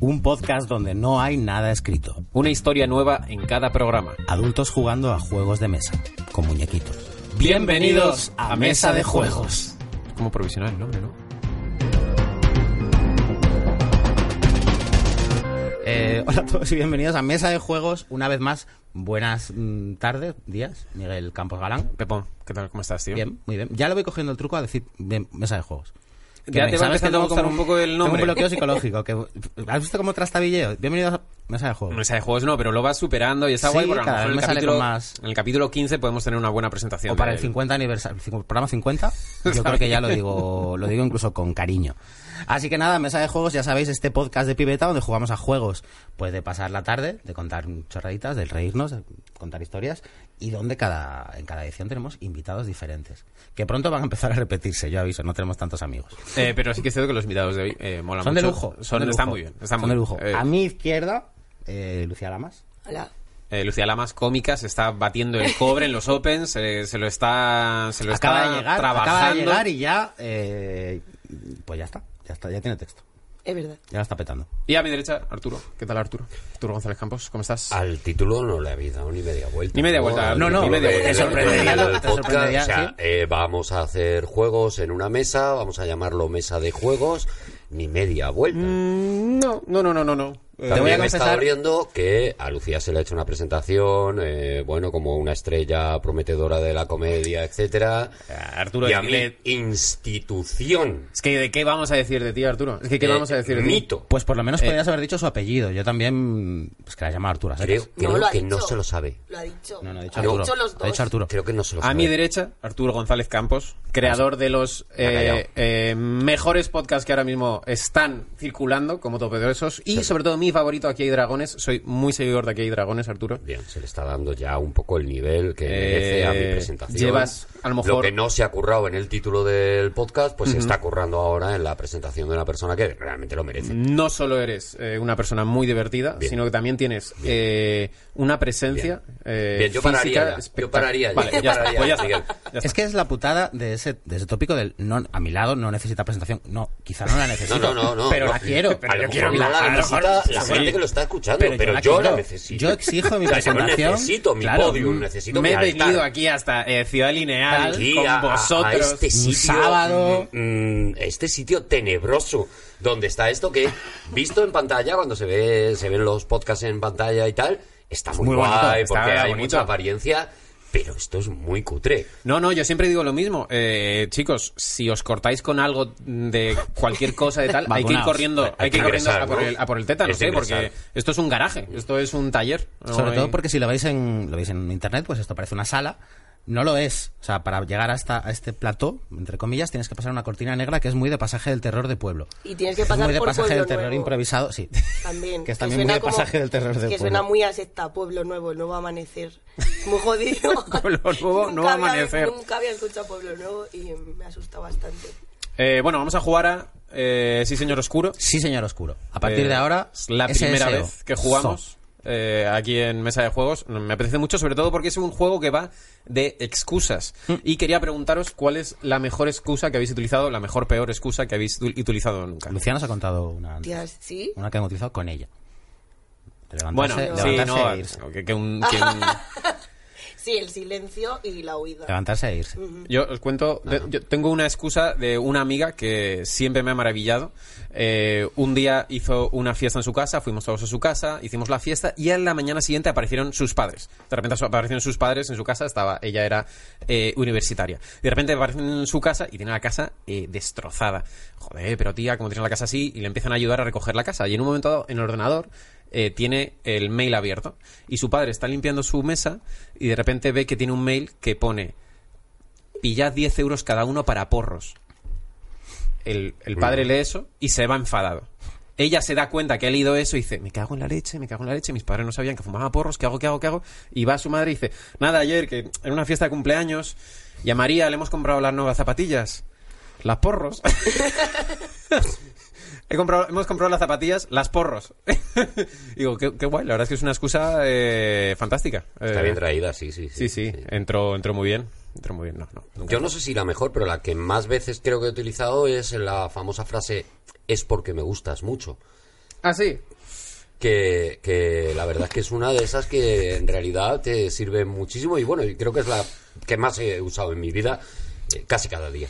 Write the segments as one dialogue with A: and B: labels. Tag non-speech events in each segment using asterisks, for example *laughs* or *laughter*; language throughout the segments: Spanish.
A: Un podcast donde no hay nada escrito.
B: Una historia nueva en cada programa.
A: Adultos jugando a juegos de mesa, con muñequitos.
B: Bienvenidos a Mesa de Juegos.
C: Como provisional el nombre, ¿no?
A: Eh, hola a todos y bienvenidos a Mesa de Juegos. Una vez más, buenas mm, tardes, días. Miguel Campos Galán.
C: Pepón, ¿qué tal? ¿Cómo estás, tío?
A: Bien, muy bien. Ya le voy cogiendo el truco a decir bien, Mesa de Juegos. Que
C: Ya
A: me-
C: te va
A: sabes que
C: empezando a
A: tengo
C: gustar
A: como
C: un poco el
A: tengo
C: nombre.
A: un bloqueo psicológico. Que, ¿Has visto cómo trastabilleo? Bienvenidos a Mesa de Juegos.
C: Mesa de juegos no, pero lo vas superando y está
A: Sí,
C: guay porque a lo
A: cada
C: mejor en
A: vez
C: el,
A: me sale
C: capítulo,
A: con más.
C: en el capítulo 15 podemos tener una buena presentación.
A: O para
C: de
A: el
C: él.
A: 50 aniversario, el cincu- programa 50, yo creo que ya lo
C: *laughs*
A: digo, lo digo incluso con cariño. Así que nada, mesa de juegos, ya sabéis, este podcast de Pibeta donde jugamos a juegos, pues de pasar la tarde, de contar chorraditas, de reírnos, de contar historias y donde cada en cada edición tenemos invitados diferentes, que pronto van a empezar a repetirse, yo aviso, no tenemos tantos amigos.
C: Eh, pero sí que es cierto que los invitados de hoy eh, molan
A: Son de
C: mucho.
A: lujo,
C: Son,
A: de
C: Están
A: lujo,
C: muy bien. Están
A: son
C: muy
A: de lujo.
C: bien. Eh,
A: A mi izquierda, eh, Lucía Lamas.
D: Hola.
C: eh, Lucía Lamas, cómica, se está batiendo el cobre en los Opens, eh, se lo está, se lo
A: acaba
C: está
A: de llegar,
C: trabajando.
A: acaba de llegar y ya eh, pues ya está, ya está, ya tiene texto.
D: Es verdad.
A: Ya la está petando.
C: Y a mi derecha, Arturo. ¿Qué tal, Arturo? Arturo González Campos, ¿cómo estás?
E: Al título no le habéis dado ni media vuelta.
C: Ni media vuelta, no, no,
E: Ni media
C: te
E: vuelta.
A: sorprendería,
E: El
A: te
E: podcast,
A: sorprendería,
E: o sea,
A: sí.
E: eh, vamos a hacer juegos en una mesa, vamos a llamarlo mesa de juegos, ni media vuelta.
C: Mm, No, no, no, no, no. no. Eh,
A: Te voy a
E: También me está
A: confesar-
E: doliendo que a Lucía se le ha hecho una presentación, eh, bueno, como una estrella prometedora de la comedia, etcétera.
C: Arturo,
E: y a mí,
C: dile-
E: institución.
C: Es que, ¿de qué vamos a decir de ti, Arturo? Es que, ¿qué
E: Eh,
C: vamos a decir de ti?
E: Mito.
A: Pues por lo menos podrías haber dicho su apellido. Yo también, pues que la llama Artura. ¿sabes?
E: Creo, creo
D: no lo ha
E: que
D: dicho.
E: no se lo sabe.
D: Lo ha dicho.
A: No, no, ha dicho
D: Ha
A: Arturo.
D: dicho los dos.
A: Ha dicho Arturo.
E: Creo que no se lo sabe.
C: A mi derecha, Arturo González Campos, creador de los
E: ha callado.
C: eh, eh, mejores podcasts que ahora mismo están circulando como tope de esos. Y sobre todo mi favorito, Aquí hay Dragones. Soy muy seguidor de Aquí hay Dragones, Arturo.
E: Bien, se le está dando ya un poco el nivel que
C: Eh,
E: merece a mi presentación.
C: llevas, a lo mejor-
E: que no se ha currado en el título del podcast, pues se está currando ahora en la presentación de una persona que realmente lo merece.
C: No solo eres eh, una persona muy divertida,
E: Bien.
C: sino que también tienes eh, una presencia eh,
E: Bien, yo
C: física
E: pararía ya, yo
C: espectac-
E: pararía ya,
C: Vale,
E: yo
C: ya está,
E: pararía
C: pues ya
E: ya,
C: está,
E: Miguel.
C: ya está.
A: Es que es la putada de ese, de ese tópico del no, a mi lado no necesita presentación. No, quizá *laughs* no la necesito.
E: No, no, no, no.
A: pero
E: no.
A: la quiero.
E: A lo
A: Pero
E: mejor
A: quiero-
E: no la,
A: a lo mejor-
E: necesita la
A: sí.
E: gente que lo está escuchando,
A: Pero
E: pero,
A: yo la
E: yo, la
A: quiero.
E: necesito.
A: Yo exijo *laughs* mi
E: O sea, *laughs* Yo
A: presentación.
E: necesito mi
A: Claro. Mm.
E: podium, necesito
C: Me he
E: mi altar.
C: venido aquí hasta eh, Ciudad Lineal
E: Aquí
C: con
E: a- a- a
C: vosotros.
E: este
A: Un
E: sitio,
A: sábado.
E: mm, este sitio tenebroso donde está esto que visto en pantalla cuando se ve se ven los podcasts en pantalla y tal está muy,
C: Muy bonito,
E: guay
C: está
E: porque hay
C: bonito.
E: mucha apariencia pero esto es muy cutre
C: No, no, yo siempre digo lo mismo. Eh, chicos, si os cortáis con algo de cualquier cosa de
E: *laughs*
C: tal, hay que ir
A: Vacunaos.
C: corriendo, hay, que ir corriendo
E: ingresar,
C: a por
E: ¿no?
C: el, a por el tétano,
E: Es de
C: ¿eh? porque
E: ingresar.
C: esto es un garaje, esto es un taller. ¿no?
A: Sobre
C: Hay-
A: todo porque si lo veis en lo veis en internet, pues esto parece una sala. No lo es. O sea, para llegar hasta a este plató, entre comillas, tienes que pasar una cortina negra que es muy de pasaje del terror de pueblo.
D: Y tienes que
A: Es
D: pasar
A: muy de
D: por
A: pasaje
D: Pueblo
A: del terror
D: Nuevo.
A: improvisado, sí.
D: También.
A: Que es también muy de pasaje del terror del
D: Que
A: pueblo.
D: suena muy a secta, Pueblo Nuevo, el Nuevo Amanecer. Muy
A: *laughs*
D: jodido.
C: Pueblo Nuevo, Nuevo
D: Nunca había-
C: Amanecer.
D: Nunca había escuchado Pueblo Nuevo y me asusta bastante.
C: Eh, bueno, vamos a jugar a eh, Sí, señor Oscuro.
A: Sí, señor Oscuro. A partir
C: Eh,
A: de ahora
C: es la
A: SSO.
C: primera vez que jugamos eh, aquí en Mesa de Juegos. Me apetece mucho, sobre todo porque es un juego que va de excusas.
A: Mm.
C: Y quería preguntaros cuál es la mejor excusa que habéis utilizado, la mejor peor excusa que habéis tu- utilizado nunca.
A: Luciana nos ha contado una antes.
D: Tías, ¿sí?
A: Una que han utilizado con ella. De
C: Bueno,
A: Levantarse,
C: sí,
A: levantarse
C: no,
A: e irse.
C: que- que un- que un-
D: Sí, el silencio y la huida.
A: Levantarse e irse.
C: Yo os cuento, de- yo tengo una excusa de una amiga que siempre me ha maravillado. Eh, un día hizo una fiesta en su casa, fuimos todos a su casa, hicimos la fiesta y en la mañana siguiente aparecieron sus padres. De repente su- aparecieron sus padres en su casa, estaba ella era eh, universitaria. De repente aparecen en su casa y tiene la casa eh, destrozada. Joder, pero tía, ¿cómo tienes la casa así? Y le empiezan a ayudar a recoger la casa. Y en un momento dado, en el ordenador, eh, tiene el mail abierto y su padre está limpiando su mesa y de repente ve que tiene un mail que pone pillad 10 euros cada uno para porros. El, el padre lee eso y se va enfadado. Ella se da cuenta que ha leído eso y dice, me cago en la leche, me cago en la leche, mis padres no sabían que fumaba porros, ¿qué hago, qué hago, qué hago? Y va a su madre y dice, nada, ayer que en una fiesta de cumpleaños y a María le hemos comprado las nuevas zapatillas, las porros. *laughs* He comprado- hemos comprado las zapatillas, las porros. *laughs* Digo, qué, qué guay, la verdad es que es una excusa eh, fantástica.
E: está
C: Eh,
E: bien traída sí sí
C: Sí,
E: sí,
C: sí, entró, entró muy bien. Entró muy bien, no, no.
E: Yo no sé si la mejor, pero la que más veces creo que he utilizado es la famosa frase es porque me gustas mucho.
C: Ah, sí.
E: que, que la verdad es que es una de esas que en realidad te sirve muchísimo y bueno, y creo que es la que más he usado en mi vida eh, casi cada día.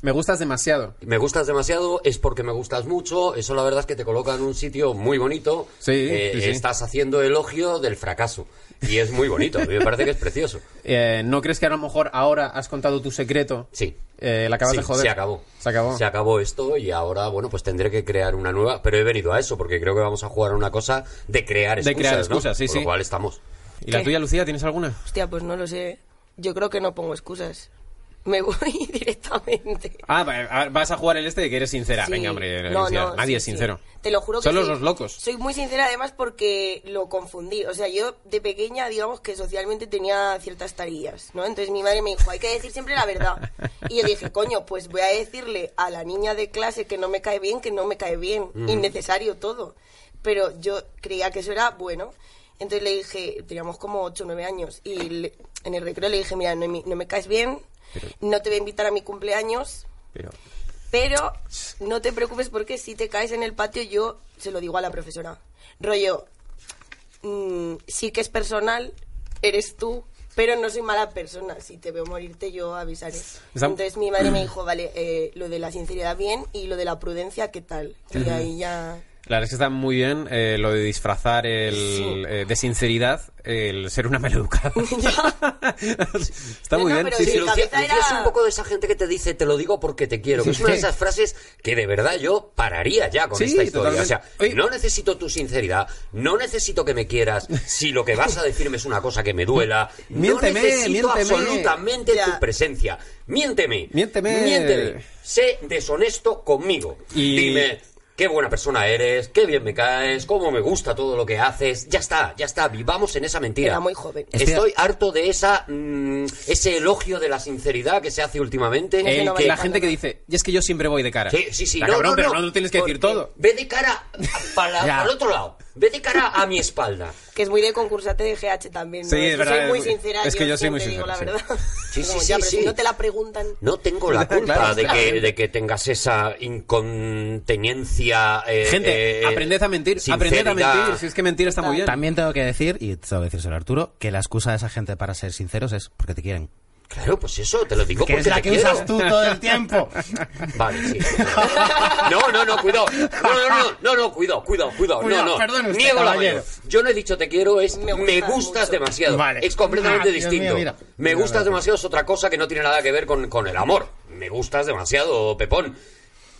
C: Me gustas demasiado.
E: Me gustas demasiado, es porque me gustas mucho, eso la verdad es que te coloca en un sitio muy bonito,
C: Sí,
E: Eh,
C: sí, sí.
E: estás haciendo elogio del fracaso y es muy bonito, a mí me parece que es precioso.
C: Eh, ¿No crees que a lo mejor ahora has contado tu secreto?
E: Sí.
C: Eh, la acabas
E: Sí,
C: de joder.
E: Se acabó.
C: Se acabó.
E: Se acabó esto y ahora, bueno, pues tendré que crear una nueva. Pero he venido a eso porque creo que vamos a jugar a una cosa de crear
C: De
E: excusas.
C: crear
E: ¿no?
C: excusas, sí,
E: Con
C: sí.
E: lo cual estamos.
C: ¿Y la
D: ¿Qué?
C: tuya, Lucía, tienes alguna?
D: Hostia, pues no lo sé. Yo creo que no pongo excusas. Me voy *laughs* directamente.
C: Ah, va- a- vas a jugar el este de que eres sincera.
D: Sí.
C: Venga, hombre, eh,
D: No,
C: Lucía,
D: no,
C: nadie
D: sí,
C: es
D: sí.
C: sincero.
D: Te lo juro que
C: Solo
D: soy-
C: los locos.
D: Soy muy sincera además porque lo confundí. O sea, yo de pequeña, digamos que socialmente tenía ciertas tarillas, ¿no? Entonces mi madre me dijo, hay que decir siempre la verdad. Y yo dije, coño, pues voy a decirle a la niña de clase que no me cae bien, que no me cae bien.
C: Mm.
D: Innecesario todo. Pero yo creía que eso era bueno. Entonces le dije, teníamos como 8 o 9 años, y le- en el recreo le dije, mira, no, me- no me caes bien, no te voy a invitar a mi cumpleaños,
C: Pero-
D: pero no te preocupes porque si te caes en el patio, yo se lo digo a la profesora. Rollo, mm, sí que es personal, eres tú, pero no soy mala persona. Si te veo morirte, yo avisaré. Entonces mi madre me dijo, vale, eh, lo de la sinceridad bien y lo de la prudencia, ¿qué tal? Y ahí ya... *laughs*
C: La verdad es que está muy bien eh, lo de disfrazar el,
D: Sí.
C: eh, de sinceridad el ser una
D: *laughs*
C: maleducada. está
D: No,
C: muy
D: no,
C: bien.
D: pero
C: sí,
D: Mi
E: Sí, sí,
C: sí.
E: Lucía,
D: cabeza
E: Lucía
D: era-
E: es un poco de esa gente que te dice, te lo digo porque te quiero. Que es una de esas frases que de verdad yo pararía ya con
C: Sí,
E: esta historia.
C: totalmente.
E: O sea,
C: Oye.
E: no necesito tu sinceridad, no necesito que me quieras. Si lo que vas a decirme es una cosa que me
C: *laughs*
E: duela,
C: Miénteme,
E: no necesito
C: miénteme.
E: absolutamente
D: Ya.
E: tu presencia. Miénteme.
C: Miénteme.
E: Miénteme. Sé deshonesto conmigo.
C: Y-
E: Dime. Qué buena persona eres, qué bien me caes, cómo me gusta todo lo que haces. Ya está, ya está, vivamos en esa mentira.
D: Era muy joven.
E: Estoy harto de esa mm, ese elogio de la sinceridad que se hace últimamente.
D: que
C: El-
D: no
C: que la
D: vale
C: gente
D: cuando-
C: que dice, y es que yo siempre voy de cara.
E: Sí, sí, sí.
C: Está
E: no,
C: cabrón,
E: no,
C: pero
E: no.
C: no lo tienes que decir
E: Porque
C: todo.
E: Ve de cara
C: *laughs*
E: para,
A: Ya.
E: para el otro lado. Ve de cara a mi espalda.
D: Que es muy de concursante de GH también. ¿no?
C: Sí, es
D: Yo
C: verdad,
D: Soy muy
C: es-
D: sincera.
C: es que yo soy muy
D: siempre
C: sincero,
D: digo la verdad.
E: Sí, sí,
D: *laughs* Como,
E: sí,
D: ya, pero
E: sí.
D: Si no te la preguntan.
E: No tengo la
C: *laughs* Claro,
E: culpa
C: claro.
E: de, que, de que tengas esa incontenencia. eh,
C: Gente,
E: eh,
C: aprended a mentir, aprended a
E: sinceridad.
C: mentir. Si es que mentir está muy bien.
A: También tengo que decir, y tengo que decírselo a Arturo, que la excusa de esa gente para ser sinceros es porque te quieren.
E: Claro, pues eso, te lo digo
A: Que
E: porque
A: es la
E: te
A: que
E: quiero.
A: usas tú todo el
C: *laughs*
A: tiempo.
E: Vale, sí. No, no, no, cuidado. No, no, no, no, no, cuidado, cuidado, cuidado. No,
A: Cuidado,
E: no.
A: perdone usted,
E: Niego la
A: caballero.
E: mano. Yo no he dicho te quiero, es
D: Me
E: me,
D: gustas
E: gustas
D: mucho.
E: demasiado.
A: Vale.
E: Es completamente
A: Ah, Dios
E: distinto.
A: mío, mira.
E: Me gustas demasiado es otra cosa que no tiene nada que ver con, con el amor. Me gustas demasiado, Pepón.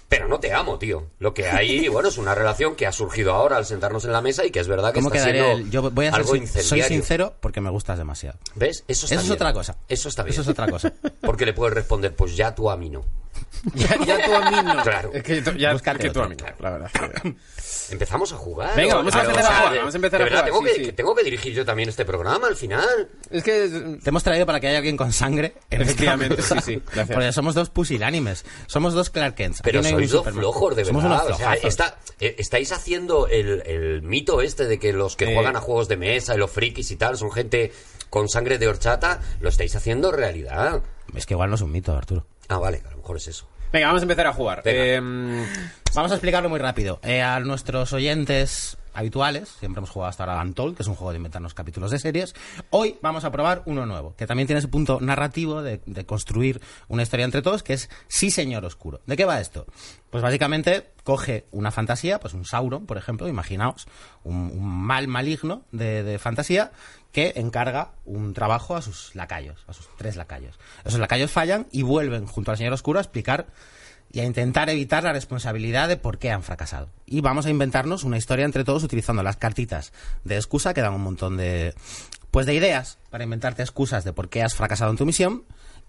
E: Pero no te amo, tío. Lo que
A: *laughs*
E: hay, bueno, es una relación que ha surgido ahora al sentarnos en la mesa y que es verdad que
A: ¿Cómo
E: está
A: quedaría
E: siendo
A: el- Yo voy a ser
E: algo
A: sin- soy
E: incendiario.
A: sincero porque me gustas demasiado.
E: ¿Ves? Eso,
A: Eso
E: está
A: es
E: bien.
A: otra cosa.
E: Eso está bien.
A: Eso es otra cosa.
E: *laughs* Porque le puedes responder, pues ya tú a mí no.
C: Ya, *laughs* ya tú a mí no.
E: Claro.
C: Es que tú- ya
A: Búscate
C: que tú a
A: otro.
C: mí no, la verdad.
E: Empezamos a jugar.
C: Venga, vamos a
E: Claro,
C: empezar a
E: o sea,
C: jugar,
E: de-
C: vamos a empezar
E: de
C: a
E: verdad,
C: jugar,
E: Tengo,
C: sí,
E: que,
C: sí.
E: tengo que dirigir yo también este programa al final.
C: *coughs* Es que mm,
A: Te hemos traído para que haya alguien con sangre. en esta
C: Efectivamente,
A: mesa.
C: sí, sí, gracias.
A: Porque somos dos pusilánimes. Somos dos Clark Kents. Aquí
E: Pero
A: no hay
E: sois
A: ningún
E: dos
A: Superman.
E: flojos, de
A: Somos
E: verdad.
A: unos
E: O sea,
A: flojazos.
E: está- eh, estáis haciendo el, el mito este de que los que
C: Eh.
E: juegan a juegos de mesa y los frikis y tal son gente con sangre de horchata. Lo estáis haciendo realidad.
A: Es que igual no es un mito, Arturo.
E: Ah, vale, a lo mejor es eso.
C: Venga, vamos a empezar a jugar.
E: Venga.
C: Eh, mm,
A: Vamos a explicarlo muy rápido. Eh, a nuestros oyentes habituales, siempre hemos jugado hasta ahora a Untold, que es un juego de inventarnos capítulos de series. Hoy vamos a probar uno nuevo, que también tiene ese punto narrativo de, de construir una historia entre todos, que es Sí Señor Oscuro. ¿De qué va esto? Pues básicamente coge una fantasía, pues un Sauron, por ejemplo, imaginaos, un, un mal maligno de, de fantasía que encarga un trabajo a sus lacayos, a sus tres lacayos. Esos lacayos fallan y vuelven junto al Señor Oscuro a explicar y a intentar evitar la responsabilidad de por qué han fracasado. Y vamos a inventarnos una historia entre todos utilizando las cartitas de excusa que dan un montón de pues de ideas para inventarte excusas de por qué has fracasado en tu misión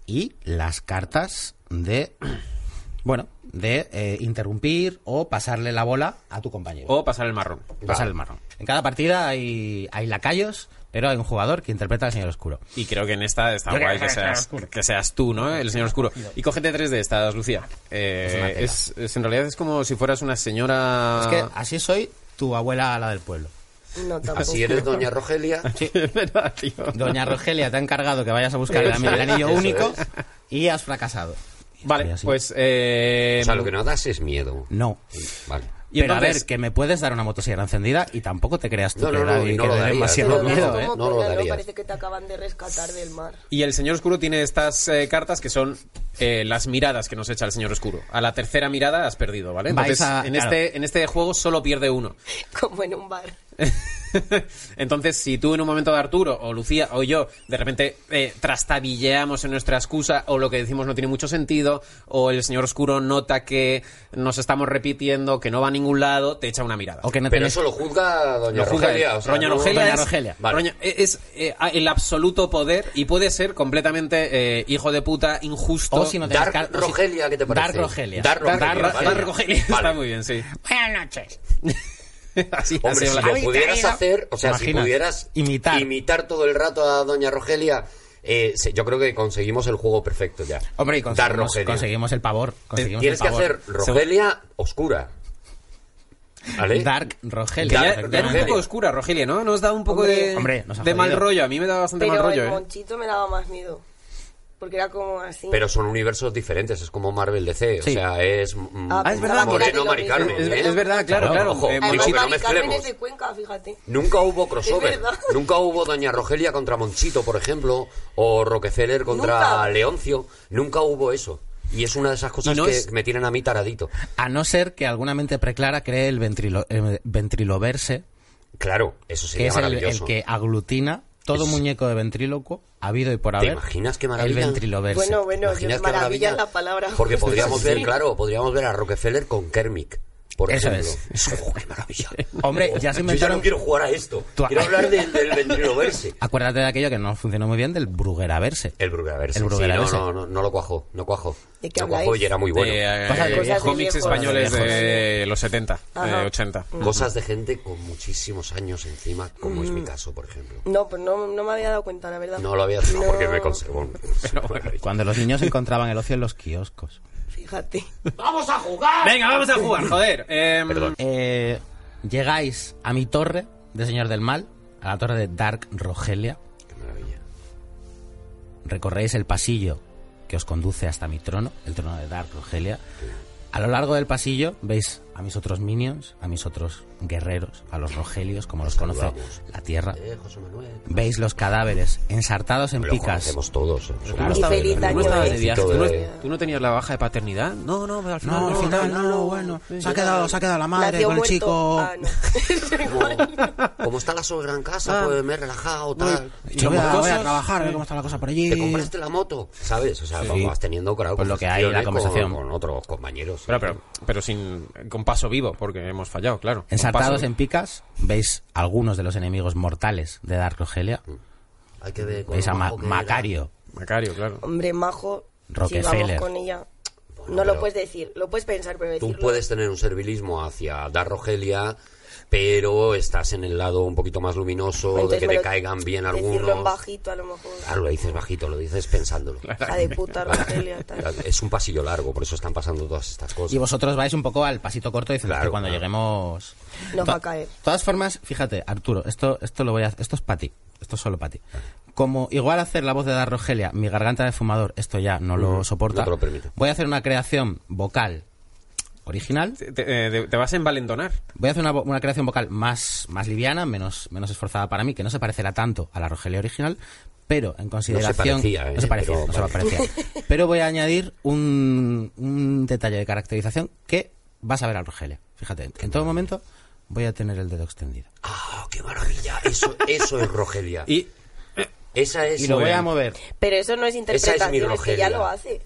A: y las cartas de bueno, de eh, interrumpir o pasarle la bola a tu compañero.
C: o pasar el marrón.
A: pasar el marrón. En cada partida hay hay lacayos, pero hay un jugador que interpreta al señor oscuro.
C: Y creo que en esta está guay que seas, que seas tú, ¿no? El señor oscuro. Y cógete tres de estas, Lucía. Eh,
A: Es una tela.
C: es, es- en realidad es como si fueras una señora...
A: Es
C: *laughs*
A: que así soy tu abuela la del pueblo.
D: No, tampoco.
E: Así eres,
C: *laughs*
E: doña Rogelia.
C: Es verdad, tío.
A: Doña Rogelia te ha encargado que vayas a buscar el,
E: Eso
A: ami- el
E: es,
A: anillo
E: eso
A: único y has fracasado.
C: Vale,
A: Así.
C: pues... eh,
E: O sea, lo que no das es miedo.
A: No.
E: Vale.
C: Y
A: pero a
C: entonces-
A: ver, que me puedes dar una motosierra encendida y tampoco te creas tú
E: No,
A: que,
E: no, no,
A: da-
E: y no
A: que le
E: lo
A: dé
E: darías,
A: demasiado
E: no, no,
A: miedo,
E: no,
A: ¿eh?
E: no. lo
D: pena,
E: darías.
D: Parece que te acaban de rescatar del mar. *laughs*
C: Y el señor oscuro tiene estas eh, cartas que son eh, las miradas que nos echa el señor oscuro. A la tercera mirada has perdido, ¿vale?
A: Vais
C: Entonces,
A: a-
C: en,
A: claro.
C: este, en este juego solo pierde uno. *laughs*
D: Como en un bar.
C: Entonces, si tú en un momento de Arturo o Lucía o yo de repente eh, trastabilleamos en nuestra excusa o lo que decimos no tiene mucho sentido o el señor oscuro nota que nos estamos repitiendo, que no va a ningún lado, te echa una mirada.
A: O que no
E: Pero
A: tenés...
E: eso lo juzga Doña
C: Lo juzga
E: Rogelia.
C: él.
E: o sea,
C: Doña
E: no-
C: Rogelia
A: Doña
C: es,
A: Rogelia.
E: Vale.
C: Doña- es, eh, a- el absoluto poder y puede ser completamente eh, hijo de puta, injusto.
A: O si no tenés
E: Dark
A: car- o si-
E: Rogelia, ¿qué te parece?
A: Dark Rogelia.
E: Dark Rogelia.
C: Dar-
E: vale.
C: Dar Rogelia está
E: Vale.
C: muy bien, sí.
A: Buenas noches.
C: Así,
E: Hombre,
C: así
E: si
C: habla.
E: lo pudieras hacer, o sea, si
A: Imagina,
E: pudieras
A: imitar.
E: imitar todo el rato a Doña Rogelia, eh, se- yo creo que conseguimos el juego perfecto ya.
A: Hombre, y
E: Dar
A: conseguimos,
E: Rogelia.
A: conseguimos el pavor. Conseguimos
E: Tienes
A: el
E: que
A: pavor.
E: hacer Rogelia oscura. ¿Vale?
A: Dark Rogelia.
E: Dark
C: Ya- ya era un
A: efectivamente.
E: Rogelia.
C: poco oscura, Rogelia, ¿no? Nos da un poco
D: Hombre.
C: de,
A: Hombre, nos ha
C: de mal
A: jodido.
C: rollo. A mí me da bastante
D: Pero
C: mal rollo,
D: el
C: ¿eh?
D: monchito me daba más miedo. Porque era como así.
E: Pero son universos diferentes, es como Marvel DC, o
A: Sí.
E: sea, es... mm,
D: Ah,
C: es verdad,
E: Moreno,
D: porque-
E: Mari Carmen,
C: Es,
E: ¿eh?
C: es verdad, claro,
A: Claro,
C: claro.
E: ojo,
C: Eh,
E: digo
D: Además,
E: que
C: Monchito-
E: no
D: Mari Carmen es
E: mezclemos.
D: de Cuenca, fíjate.
E: Nunca hubo
D: Es
E: crossover.
D: verdad.
E: Nunca hubo Doña Rogelia contra Monchito, por ejemplo, o Rockefeller contra
D: Nunca.
E: Leoncio. Nunca hubo eso. Y es una de esas cosas
C: Y no
E: que
C: es-
E: me tienen a mí taradito.
A: A no ser que alguna mente preclara cree el, ventrilo, el ventriloverse,
E: Claro, eso
A: que
E: sería
A: es el, el
E: maravilloso.
A: que aglutina todo
E: Es-
A: muñeco de ventríloco habido y por haber.
E: imaginas qué maravilla?
A: El ventriloverse.
D: Bueno, bueno, yo
E: Imaginas qué
D: maravilla
E: maravilla.
D: la palabra.
E: Porque podríamos
D: Sí.
E: ver, claro, podríamos ver a Rockefeller con Kermik. Por
A: Eso
E: ejemplo. es. qué maravilla.
A: *laughs* Hombre, ya se
E: Yo ya
A: inventaron...
E: no quiero jugar a esto.
A: Tú-
E: Quiero hablar del, del ventriloverse.
A: Acuérdate de aquello que no funcionó muy bien, del brugeraverse.
E: El Brugaverse.
A: El Brugueraverse.
E: no, no, no, no lo cuajó. No cuajó.
D: ¿De qué
E: no cuajó
D: habláis?
E: y era muy bueno.
C: eh,
A: Cosas de
C: eh,
A: viejos.
C: cómics
D: Cosas de
C: españoles
A: viejos.
C: de los 70,
D: Ajá.
C: eh, 80.
E: Cosas de gente con muchísimos años encima, como es mi caso, por ejemplo.
D: No, pues no, no me había dado cuenta, la verdad.
E: No lo había hecho
D: No,
E: porque me conservó.
A: Cuando los niños encontraban el ocio en los kioscos.
D: Fíjate.
E: ¡Vamos a jugar!
C: Venga, vamos a jugar, joder. Eh,
E: Perdón.
A: Eh, llegáis a mi torre de Señor del Mal, a la torre de Dark Rogelia.
E: Qué maravilla.
A: Recorréis el pasillo que os conduce hasta mi trono, el trono de Dark Rogelia. A lo largo del pasillo veis a mis otros minions, a mis otros guerreros, a los Rogelios, como los conoce
E: Saludamos.
A: la tierra.
E: Eh, José Manuel.
A: Veis los cadáveres ensartados en
E: Lo
A: picas.
E: conocemos todos. eh. Somos
D: Y
E: los-
D: feliz
E: el
D: año.
E: ejército
D: estabas de
C: ¿Tú no,
E: de-
C: tú no tenías la baja de paternidad? No, no, al final.
A: No, al final, no, bueno. Se ha quedado, se ha
D: *laughs*
A: quedado la madre
D: Nació
A: con el
D: muerto.
A: chico.
D: Ah, no. *laughs*
E: Como, como está la suegra en
A: Ah.
E: casa, pues me he relajado, tal.
A: Yo voy a, voy a trabajar, a ver cómo está la cosa por allí.
E: Te compraste la moto, ¿sabes? O sea, vas teniendo claro,
A: Pues lo que hay, la
E: conversaciones
A: conversación.
E: Con, con otros compañeros.
C: Pero, pero, pero sin, con paso vivo, porque hemos fallado, claro. Con
A: Ensartados
C: paso
A: en picas, veis algunos de los enemigos mortales de Dark Rogelia.
E: hay que ver con
A: Veis a
E: lo
A: Ma-
E: bajo que era.
A: Macario.
C: vivo. Macario, claro.
D: Hombre, majo. Si
A: Rockefeller.
D: vamos con ella.
E: Bueno,
D: No lo
E: pero-
D: puedes decir, lo puedes pensar, pero
E: Tú
D: decirlo.
E: puedes tener un servilismo hacia Dar Rogelia, pero estás en el lado un poquito más luminoso,
D: Pues Entonces
E: de que
D: me
E: te
D: lo-
E: caigan bien
D: Decirlo en
E: algunos.
D: bajito, a lo mejor.
E: Claro, lo dices bajito, lo dices pensándolo.
D: Hija de puta, Rogelia, tal.
E: Es un pasillo largo, por eso están pasando todas estas cosas.
A: Y vosotros vais un poco al pasito corto diciendo
E: Pues- Claro,
A: que cuando
E: claro.
A: lleguemos...
D: Nos
A: To-
D: va a caer.
A: todas formas, fíjate, Arturo, esto, esto lo voy a Esto es para ti. Esto es solo para ti. Como igual hacer la voz de Dar Rogelia, mi garganta de fumador, esto ya no lo
E: Mm,
A: soporta.
E: no te lo permite.
A: Voy a hacer una creación vocal original.
C: Te, te- eh, te- te vas a envalentonar.
A: Voy a hacer una, vo- una creación vocal más, más liviana, menos, menos esforzada para mí, que no se parecerá tanto a la Rogelia original, pero en consideración.
E: parecía, ¿eh?
A: no se parecía,
E: Pero
A: no se
E: vale.
A: parecía.
E: *laughs*
A: Pero voy a añadir un, un detalle de caracterización que vas a ver a Rogelia. Fíjate, en todo momento voy a tener el dedo extendido.
E: ¡Ah, qué maravilla! Eso, eso es Rogelia.
C: Y
E: Esa es
A: Y lo
E: Muy
A: voy a
E: bien.
A: mover.
D: Pero eso no es
E: Esa es mi
D: interpretación, es, que
E: Rogelia.
D: ya lo hace.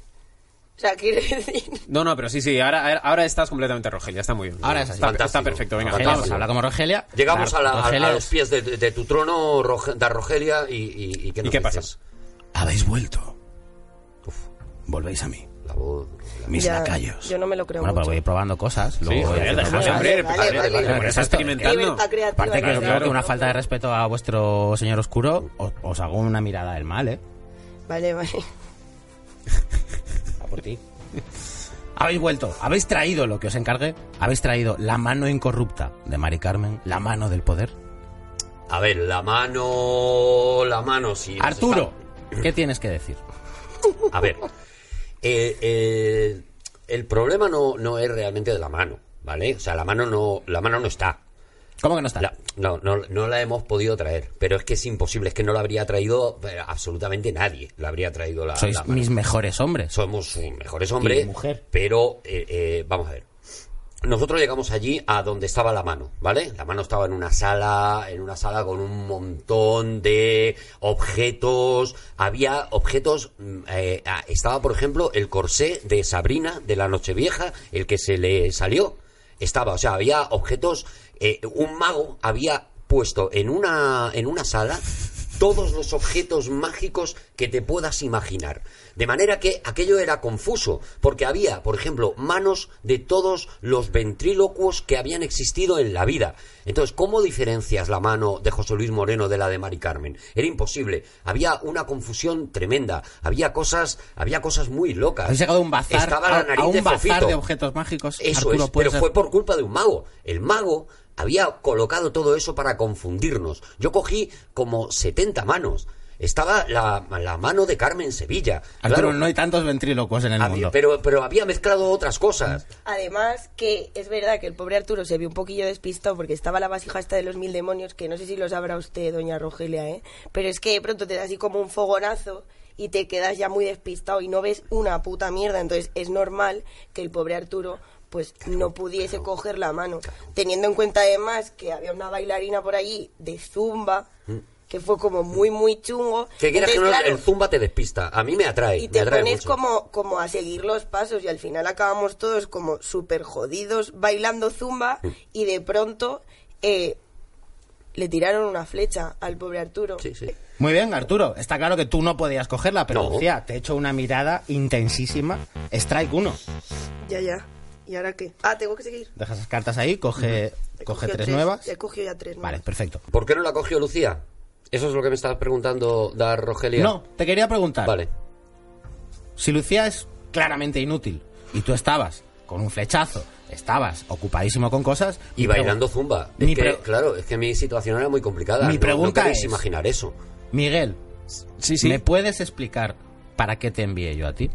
D: O sea, quiero *laughs* decir.
C: No, no, pero sí, sí, ahora, ahora estás completamente Rogelia, está muy bien.
A: Ahora es así.
C: Está,
E: Fantástico.
C: está perfecto, venga,
A: Rogelia,
E: Fantástico.
A: pues
C: vamos.
A: habla como Rogelia.
E: Llegamos
A: Dar-
E: a, la- a-
A: Rogelia
E: a
A: es-
E: los pies de, de tu trono, Roge- Dar Rogelia, y, y,
C: ¿Y qué
E: nos
C: pasa?
E: dices?
A: Habéis vuelto.
E: Uf,
A: Volvéis a mí.
E: la voz.
A: Mis
D: Ya,
A: lacayos.
D: yo no me lo creo
A: Bueno, pues
D: mucho.
A: voy a ir probando cosas. Luego voy
C: joder,
A: haciendo
C: déjame,
A: cosas.
C: hombre,
E: vale, vale.
A: Hombre,
C: Está
A: exacto,
C: experimentando.
D: Libertad creativa.
A: Aparte que
D: claro,
A: os digo que
D: claro.
A: una falta de respeto a vuestro señor oscuro, os, os hago una mirada del mal, ¿eh?
D: Vale, vale.
A: A por
E: *laughs*
A: ti. Habéis vuelto, habéis traído lo que os encargué, habéis traído la mano incorrupta de Mari Carmen, la mano del poder.
E: A ver, la mano. La mano, sí. nos
A: Arturo, ¿qué tienes que decir?
E: está- A ver. eh, eh, el problema no, no es realmente de la mano. ¿vale? O sea, la mano no, la mano no está.
A: ¿Cómo que no está?
E: La- no, no, no la hemos podido traer, pero es que es imposible, es que no la habría traído eh, absolutamente nadie. La habría traído la,
A: Sois
E: la mano.
A: mis mejores hombres.
E: Somos sus mejores hombres,
A: Y mujer.
E: pero eh, eh, vamos a ver. Nosotros llegamos allí a donde estaba la mano, ¿vale? La mano estaba en una sala, en una sala con un montón de objetos. Había objetos, mm, eh, ah, estaba por ejemplo el corsé de Sabrina de la Nochevieja, el que se le salió. Estaba, o sea, había objetos. eh, un mago había puesto en una en una sala todos los objetos mágicos que te puedas imaginar. De manera que aquello era confuso, porque había, por ejemplo, manos de todos los ventrílocuos que habían existido en la vida. Entonces, ¿cómo diferencias la mano de José Luis Moreno de la de Mari Carmen? Era imposible. Había una confusión tremenda. Había cosas, había cosas muy locas.
A: Habéis llegado a un bazar,
E: Estaba la
A: a,
E: nariz
A: a un
E: de
A: bazar
E: Fefito.
A: de objetos mágicos.
E: Eso
A: Arturo,
E: es,
A: puede
E: pero
A: ser-
E: fue por culpa de un mago. El mago había colocado todo eso para confundirnos. Yo cogí como 70 manos. Estaba la, la mano de Carmen Sevilla.
A: Arturo,
E: Claro,
A: no hay tantos ventrílocos en el
E: había-
A: mundo.
E: pero, pero había mezclado otras cosas.
D: Además, que es verdad que el pobre Arturo se vio un poquillo despistado porque estaba la vasija esta de los mil demonios, que no sé si lo sabrá usted, doña Rogelia, ¿eh? Pero es que de pronto te da así como un fogonazo y te quedas ya muy despistado y no ves una puta mierda. Entonces es normal que el pobre Arturo pues no pudiese coger la mano. Teniendo en cuenta además que había una bailarina por allí de zumba, que fue como muy, muy chungo.
E: Mm. Que quieras que no,
D: Entonces, claro,
E: el zumba te despista. A mí me atrae.
D: y
E: me
D: te
E: atrae
D: pones
E: mucho.
D: como, como a seguir los pasos y al final acabamos todos como súper jodidos bailando zumba
E: Mm.
D: y de pronto eh, le tiraron una flecha al pobre Arturo.
E: Sí, sí.
A: Muy bien, Arturo. Está claro que tú no podías cogerla, pero
E: No.
A: Lucía, te he hecho una mirada intensísima. Strike 1.
D: Ya, ya. ¿Y ahora qué? Ah, tengo que seguir.
A: Deja esas cartas ahí, coge,
D: He
A: coge
D: cogido
A: tres, nuevas.
D: He cogido ya tres
A: Vale,
D: nuevas.
A: perfecto.
E: ¿Por qué no la cogió Lucía? Eso es lo que me estabas preguntando, Dar Rogelia.
A: No, te quería preguntar.
E: Vale.
A: Si Lucía es claramente inútil y tú estabas con un flechazo, estabas ocupadísimo con cosas
E: Y
A: mi
E: bailando
A: pregu-
E: zumba.
A: mi
E: Es que,
A: pre-
E: claro, es que mi situación era muy complicada.
A: Mi
E: No-
A: pregunta
E: no queréis
A: es-
E: imaginar eso.
A: Miguel,
C: Sí, sí.
A: ¿me puedes explicar para qué te envié yo a ti?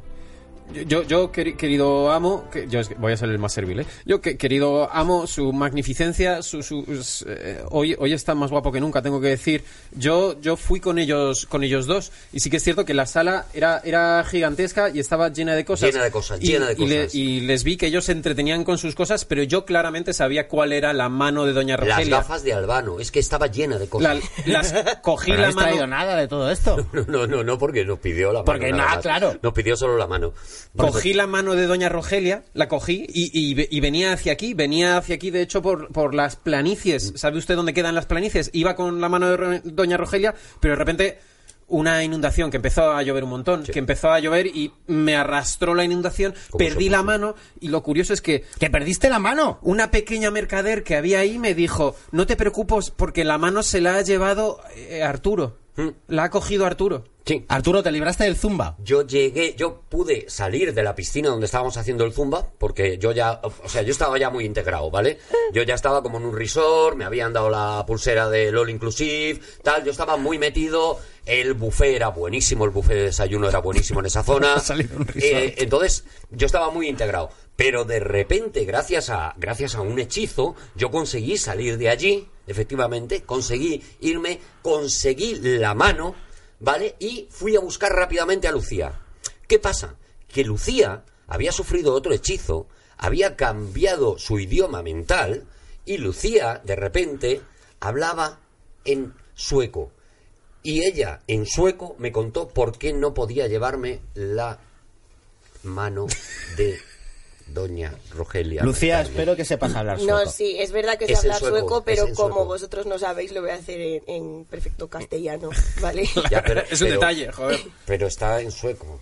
C: Yo, yo queri- querido amo, que yo es que voy a ser el más servil, ¿eh? Yo, que- querido amo, su magnificencia, su, su- es, eh, hoy, hoy está más guapo que nunca, tengo que decir. Yo, yo fui con ellos, con ellos dos, y sí que es cierto que la sala era, era gigantesca y estaba llena de cosas.
E: Llena de cosas,
C: Y-
E: llena de
C: y le-
E: cosas.
C: Y, les vi que ellos se entretenían con sus cosas, pero yo claramente sabía cuál era la mano de Doña
E: Las
C: Rogelia.
E: gafas de Albano. Es que estaba llena de cosas.
C: La- las cogí
A: Pero no
C: la
A: has traído
C: mano,
A: nada de todo esto.
E: *laughs* No, no, no, no, porque nos pidió la mano.
A: Porque
E: nada
A: nada,
E: más.
A: claro.
E: Nos pidió solo la mano.
C: Cogí la mano de Doña Rogelia, la cogí y, y ve- y venía hacia aquí, venía hacia aquí, de hecho, por, por las planicies. ¿Sabe usted dónde quedan las planicies? Iba con la mano de Ro- Doña Rogelia, pero de repente una inundación que empezó a llover un montón, que empezó a llover y me arrastró la inundación,
E: ¿Cómo
C: perdí
E: somos,
C: la
E: eh?
C: mano y lo curioso es que
A: ¡Que perdiste la mano!
C: una pequeña mercader que había ahí me dijo, no te preocupes porque la mano se la ha llevado eh, Arturo,
E: Mm.
C: la ha cogido Arturo.
E: Sí.
A: Arturo, te libraste del zumba.
E: Yo llegué, yo pude salir de la piscina donde estábamos haciendo el zumba, porque yo ya, o sea, yo estaba ya muy integrado, ¿vale? Yo ya estaba como en un resort, me habían dado la pulsera del All Inclusive, tal, yo estaba muy metido, el buffet era buenísimo, el buffet de desayuno era buenísimo en esa zona.
A: Salir de un resort.
E: Eh, entonces, yo estaba muy integrado. Pero de repente, gracias a, gracias a un hechizo, yo conseguí salir de allí, efectivamente, conseguí irme, conseguí la mano, ¿vale? Y fui a buscar rápidamente a Lucía. ¿Qué pasa? Que Lucía había sufrido otro hechizo, había cambiado su idioma mental, y Lucía, de repente, hablaba en sueco. Y ella, en sueco, me contó por qué no podía llevarme la mano de Doña Rogelia.
A: Lucía,
E: Carmen.
A: espero que sepas hablar
D: No,
A: sueco.
D: sí, es verdad que se
E: Es en
D: habla
E: sueco,
D: sueco,
E: es
D: pero
E: en
D: como
E: sueco.
D: vosotros no sabéis, lo voy a hacer en, en perfecto
E: *laughs*
D: castellano, ¿vale?
E: Ya,
C: *laughs*
E: pero-
C: es un
E: pero-
C: detalle, joder.
E: Pero está en sueco.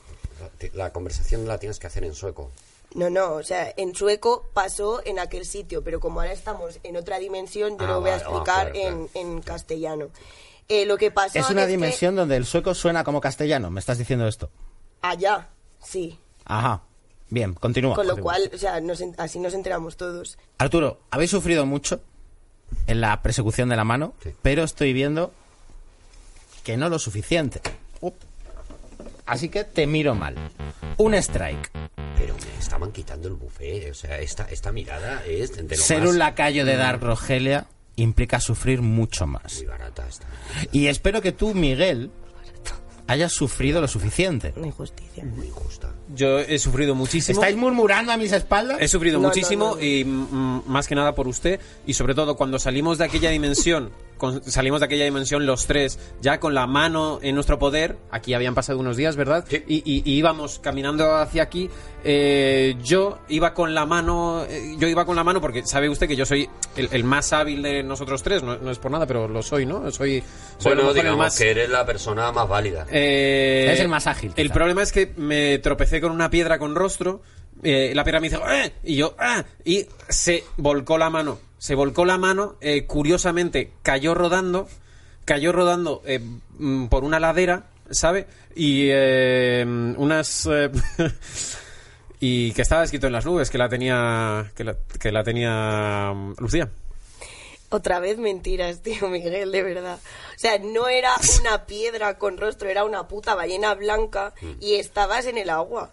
E: La conversación la tienes que hacer en sueco.
D: No, no, o sea, en sueco pasó en aquel sitio, pero como ahora estamos en otra dimensión, yo
E: Ah,
D: lo voy a
E: vale, ah,
D: explicar
E: claro, claro.
D: en, en castellano. Eh, lo que pasó
A: Es una
D: que
A: dimensión donde el sueco suena como castellano. Me estás diciendo esto.
D: allá, sí.
A: Ajá. Bien, continúa.
D: Con lo
A: continúa.
D: cual, o
E: pues
D: sea, nos en- así nos enteramos todos.
A: Arturo, habéis sufrido mucho en la persecución de la mano,
E: Sí.
A: pero estoy viendo que no lo suficiente. Up. Así que te miro mal. Un strike.
E: pero me estaban quitando el buffet. O sea, esta, esta mirada es de lo
A: Ser
E: más
A: un lacayo de Dark Rogelia implica sufrir mucho más.
E: muy barata. Esta.
A: Y espero que tú, Miguel, hayas sufrido lo suficiente.
D: Una injusticia.
E: Muy injusta.
C: Yo he sufrido muchísimo.
A: ¿Estáis murmurando a mis espaldas?
C: He sufrido
D: No,
C: muchísimo
D: no, no.
C: y mm, más que nada por usted y sobre todo cuando salimos de aquella dimensión, con- salimos de aquella dimensión los tres ya con la mano en nuestro poder, aquí habían pasado unos días, ¿verdad?
E: Sí.
C: Y, y- y íbamos caminando hacia aquí, eh, yo iba con la mano, eh, yo iba con la mano porque sabe usted que yo soy el, el más hábil de nosotros tres, no, no es por nada, pero lo soy, ¿no? Soy, soy a lo
E: Bueno,
C: mejor el
E: digamos
C: más...
E: que eres la persona más válida.
C: Eh,
A: Es el más ágil,
C: El
A: quizá.
C: problema es que me tropecé con una piedra con rostro. eh, la piedra me hizo. "Ah", Y yo. "Ah", Y se volcó la mano. Se volcó la mano. eh, curiosamente, cayó rodando. Cayó rodando eh, mm, por una ladera, ¿sabe? Y eh, unas. eh, *laughs* y que estaba escrito en las nubes, que la tenía. Que la, que la tenía. mm, Lucía.
D: Otra vez mentiras, tío Miguel, de verdad. O sea, no era una piedra con rostro, era una puta ballena blanca y estabas en el agua.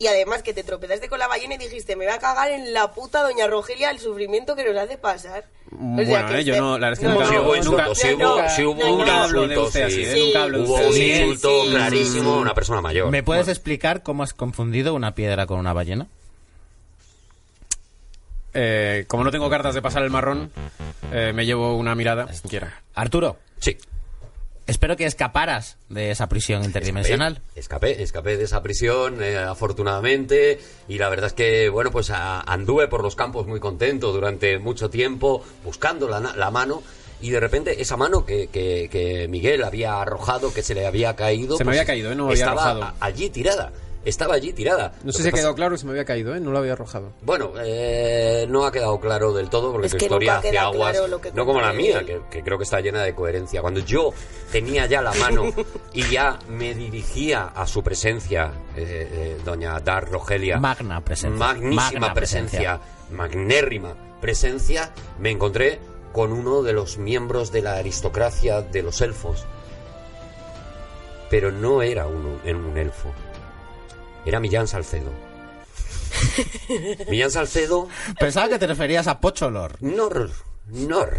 D: Y además que te tropezaste con la ballena y dijiste, me va a cagar en la puta doña Rogelia el sufrimiento que nos hace pasar. O sea,
C: Bueno,
D: que
C: eh, yo
D: este-
C: no, la verdad es que
E: No,
C: nunca,
E: sí hubo
C: nunca-
E: insultos, sí
D: no,
E: hubo,
D: no,
E: sí hubo
D: no,
E: un
D: no.
C: Hablo de
E: insulto,
C: usted así,
E: sí.
C: ¿eh? Nunca hablo de
E: Hubo
C: usted
E: un
C: así.
E: insulto
D: Sí, sí,
E: clarísimo
D: sí.
E: a una persona mayor.
A: ¿Me puedes explicar cómo has confundido una piedra con una ballena?
C: Eh, como no tengo cartas de pasar el marrón, eh, me llevo una mirada. Quiera.
A: Arturo,
E: Sí.
A: espero que escaparas de esa prisión interdimensional.
E: Eh, Escapé, escapé de esa prisión, eh, afortunadamente, y la verdad es que, bueno, pues a- anduve por los campos muy contento durante mucho tiempo, buscando la, na- la mano, y de repente esa mano que, que- que Miguel había arrojado, que se le había caído...
C: Se me
E: pues,
C: había caído, ¿eh? No había
E: estaba
C: arrojado.
E: a- allí tirada, estaba allí tirada.
C: No sé si ha
E: Lo que pasa-
C: quedado claro, se me había caído, ¿eh? No lo había arrojado.
E: Bueno, eh, no ha quedado claro del todo porque
D: Es
E: tu
D: que
E: historia
D: nunca
E: hacia
D: queda
E: aguas,
D: claro lo que
E: no como la
D: contáis.
E: mía, que, que creo que está llena de coherencia. Cuando yo tenía ya la mano y ya me dirigía a su presencia, eh, eh, doña Dar Rogelia,
A: Magna presencia.
E: magnísima
A: Magna
E: presencia, magnérrima presencia, me encontré con uno de los miembros de la aristocracia de los elfos. Pero no era uno, era un elfo. Era
A: *laughs*
E: Millán Salcedo. Millán Salcedo,
A: Pensaba que te referías a Pocholor.
E: Nor, Nor.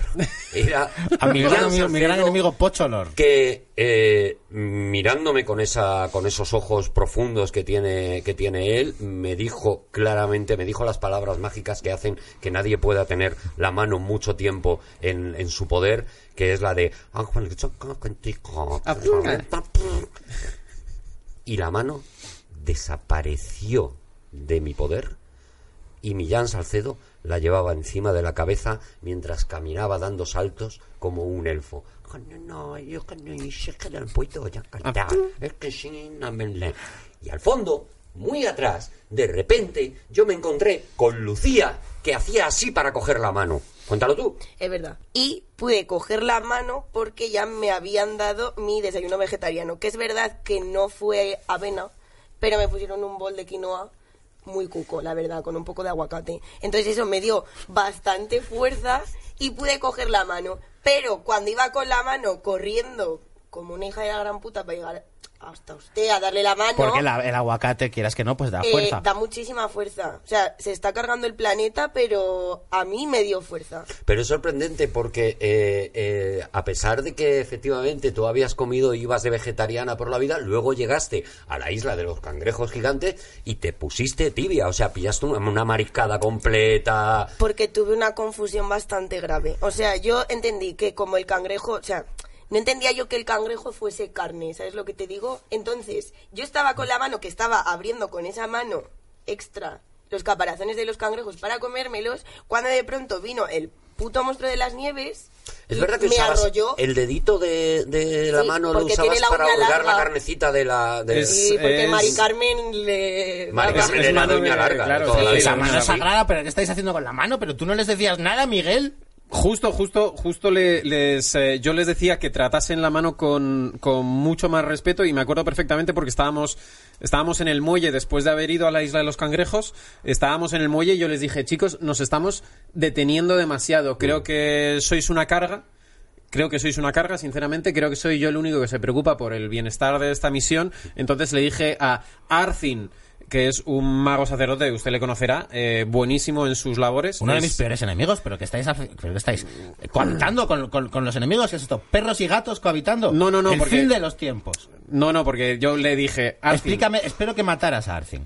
E: Era
A: A
E: *laughs*
A: mi gran,
E: Millán
A: amigo, mi gran
E: Salcedo
A: enemigo Pocholor.
E: que eh, mirándome con esa con esos ojos profundos que tiene que tiene él me dijo claramente me dijo las palabras mágicas que hacen que nadie pueda tener la mano mucho tiempo en, en su poder que es la de "Ah, y la mano desapareció de mi poder y Millán Salcedo la llevaba encima de la cabeza mientras caminaba dando saltos como un elfo. Y al fondo, muy atrás, de repente yo me encontré con Lucía que hacía así para coger la mano. Cuéntalo tú.
D: Es verdad. Y pude coger la mano porque ya me habían dado mi desayuno vegetariano, que es verdad que no fue avena, pero me pusieron un bol de quinoa muy cuco, la verdad, con un poco de aguacate. Entonces eso me dio bastante fuerza y pude coger la mano. Pero cuando iba con la mano corriendo como una hija de la gran puta para llegar hasta usted a darle la mano...
A: Porque la- el aguacate, quieras que no, pues da
D: eh,
A: fuerza.
D: da muchísima fuerza. O sea, se está cargando el planeta, pero a mí me dio fuerza.
E: Pero es sorprendente porque eh, eh, a pesar de que efectivamente tú habías comido y ibas de vegetariana por la vida, luego llegaste a la isla de los cangrejos gigantes y te pusiste tibia, o sea, pillaste una, una mariscada completa.
D: Porque tuve una confusión bastante grave. O sea, yo entendí que como el cangrejo, o sea, no entendía yo que el cangrejo fuese carne, ¿sabes lo que te digo? Entonces, yo estaba con la mano que estaba abriendo con esa mano extra los caparazones de los cangrejos para comérmelos, cuando de pronto vino el puto monstruo de las nieves
E: Es
D: y
E: verdad que
D: me
E: usabas
D: arrolló.
E: el dedito de, de la
D: Sí,
E: mano lo
D: porque
E: usabas
D: tiene la
E: para
D: uña
E: hurgar la
D: larga.
E: carnecita de la... de-
C: Es-
D: Sí, porque
C: es-
D: Mari Carmen le...
E: Mari
D: daba-
E: Carmen era
C: mano de-
E: doña larga.
C: claro,
E: de toda
C: sí,
E: la
C: sí,
E: vida.
A: Esa
C: la
A: mano
C: mano
A: sagrada, pero ¿qué estáis haciendo con la mano? Pero tú no les decías nada, Miguel.
C: Justo, justo, justo le- les, eh, yo les decía que tratasen la mano con, con mucho más respeto y me acuerdo perfectamente porque estábamos, estábamos en el muelle después de haber ido a la isla de los cangrejos, estábamos en el muelle y yo les dije, chicos, nos estamos deteniendo demasiado, creo que sois una carga. Creo que sois una carga, sinceramente. Creo que soy yo el único que se preocupa por el bienestar de esta misión. Entonces le dije a Arthur que es un mago sacerdote, usted le conocerá, eh, buenísimo en sus labores.
A: Uno de
C: Es-
A: mis peores enemigos, pero que estáis, af- pero que estáis cohabitando con, con- con los enemigos, que es esto, perros y gatos cohabitando.
C: No, no, no,
A: El
C: porque-
A: fin de los tiempos.
C: No, no, porque yo le dije... Arthur,
A: Explícame, espero que mataras a Arthur.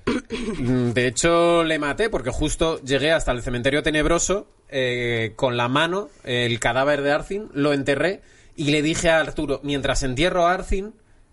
C: Mm, De hecho, le maté porque justo llegué hasta el cementerio tenebroso eh, con la mano, el cadáver de Arcin, lo enterré y le dije a Arturo, mientras entierro a Arcin,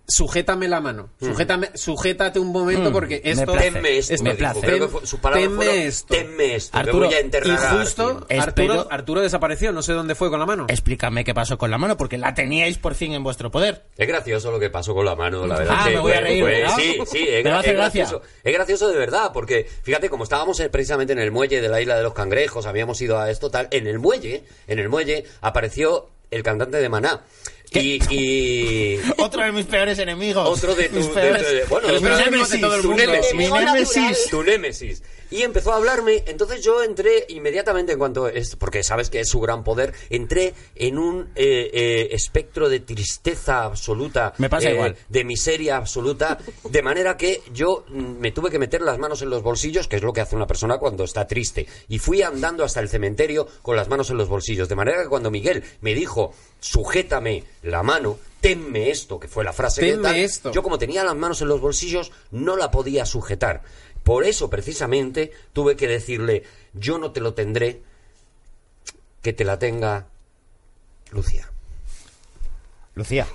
C: sujétame la mano,
E: Mm.
C: sujétame, sujétate un momento
A: Mm,
C: porque
A: me
C: esto...
A: place,
E: Tenme esto,
C: es-
E: me
A: me place.
E: dijo. Creo que fue- su palabra
C: Tenme
E: fueron,
C: esto.
E: tenme esto, que
A: Arturo,
E: voy a
C: Y
E: enterrar a
C: justo
E: Arthur".
A: Arcin.
C: Arturo,
A: Espero-
C: Arturo desapareció, no sé dónde fue con la mano.
A: Explícame qué pasó con la mano, porque la teníais por fin en vuestro poder.
E: Es gracioso lo que pasó con la mano, la verdad.
A: Ah,
E: Sí,
A: me voy
E: fue-
A: a reír,
E: fue-
A: ¿verdad?
E: Sí, sí,
A: *laughs*
E: es,
A: Me va a
E: gra-
A: hacer
E: es
A: gracia.
E: gracioso. Es gracioso de verdad, porque fíjate, como estábamos eh, precisamente en el muelle de la isla de los cangrejos, habíamos ido a esto tal, en el muelle, en el muelle apareció el cantante de Maná. Y, y
A: Otro de mis peores enemigos.
E: Otro de tu-
A: Mis
E: de-
A: peores-
E: de- bueno,
A: mis
E: de- de-
A: némesis.
E: de todo el mundo.
A: Mi
D: Enemigo
A: némesis.
E: tu némesis. Y empezó a hablarme, entonces yo entré inmediatamente en cuanto es, porque sabes que es su gran poder, entré en un eh, eh, espectro de tristeza absoluta,
A: Me pasa
E: eh,
A: igual.
E: de miseria absoluta, de manera que yo mm, me tuve que meter las manos en los bolsillos, que es lo que hace una persona cuando está triste, y fui andando hasta el cementerio con las manos en los bolsillos, de manera que cuando Miguel me dijo, sujétame la mano, tenme esto, que fue la frase que
C: Tenme
E: tal,
C: esto.
E: yo como tenía las manos en los bolsillos, no la podía sujetar. Por eso, precisamente, tuve que decirle, yo no te lo tendré, que te la tenga Lucía.
A: Lucía,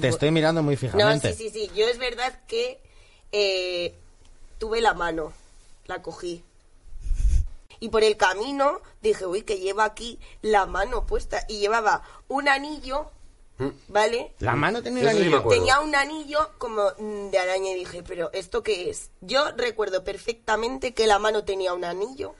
A: te estoy mirando muy
D: No,
A: fijamente.
D: sí, sí, sí. Yo es verdad que eh, tuve la mano, la cogí. Y por el camino dije, uy, que lleva aquí la mano puesta. Y llevaba un anillo, ¿vale?
A: La mano tenía
E: Eso
A: el
E: sí me
A: anillo.
E: acuerdo.
D: Tenía un anillo como mm, de araña y dije, pero ¿esto qué es? Yo recuerdo perfectamente que la mano tenía un anillo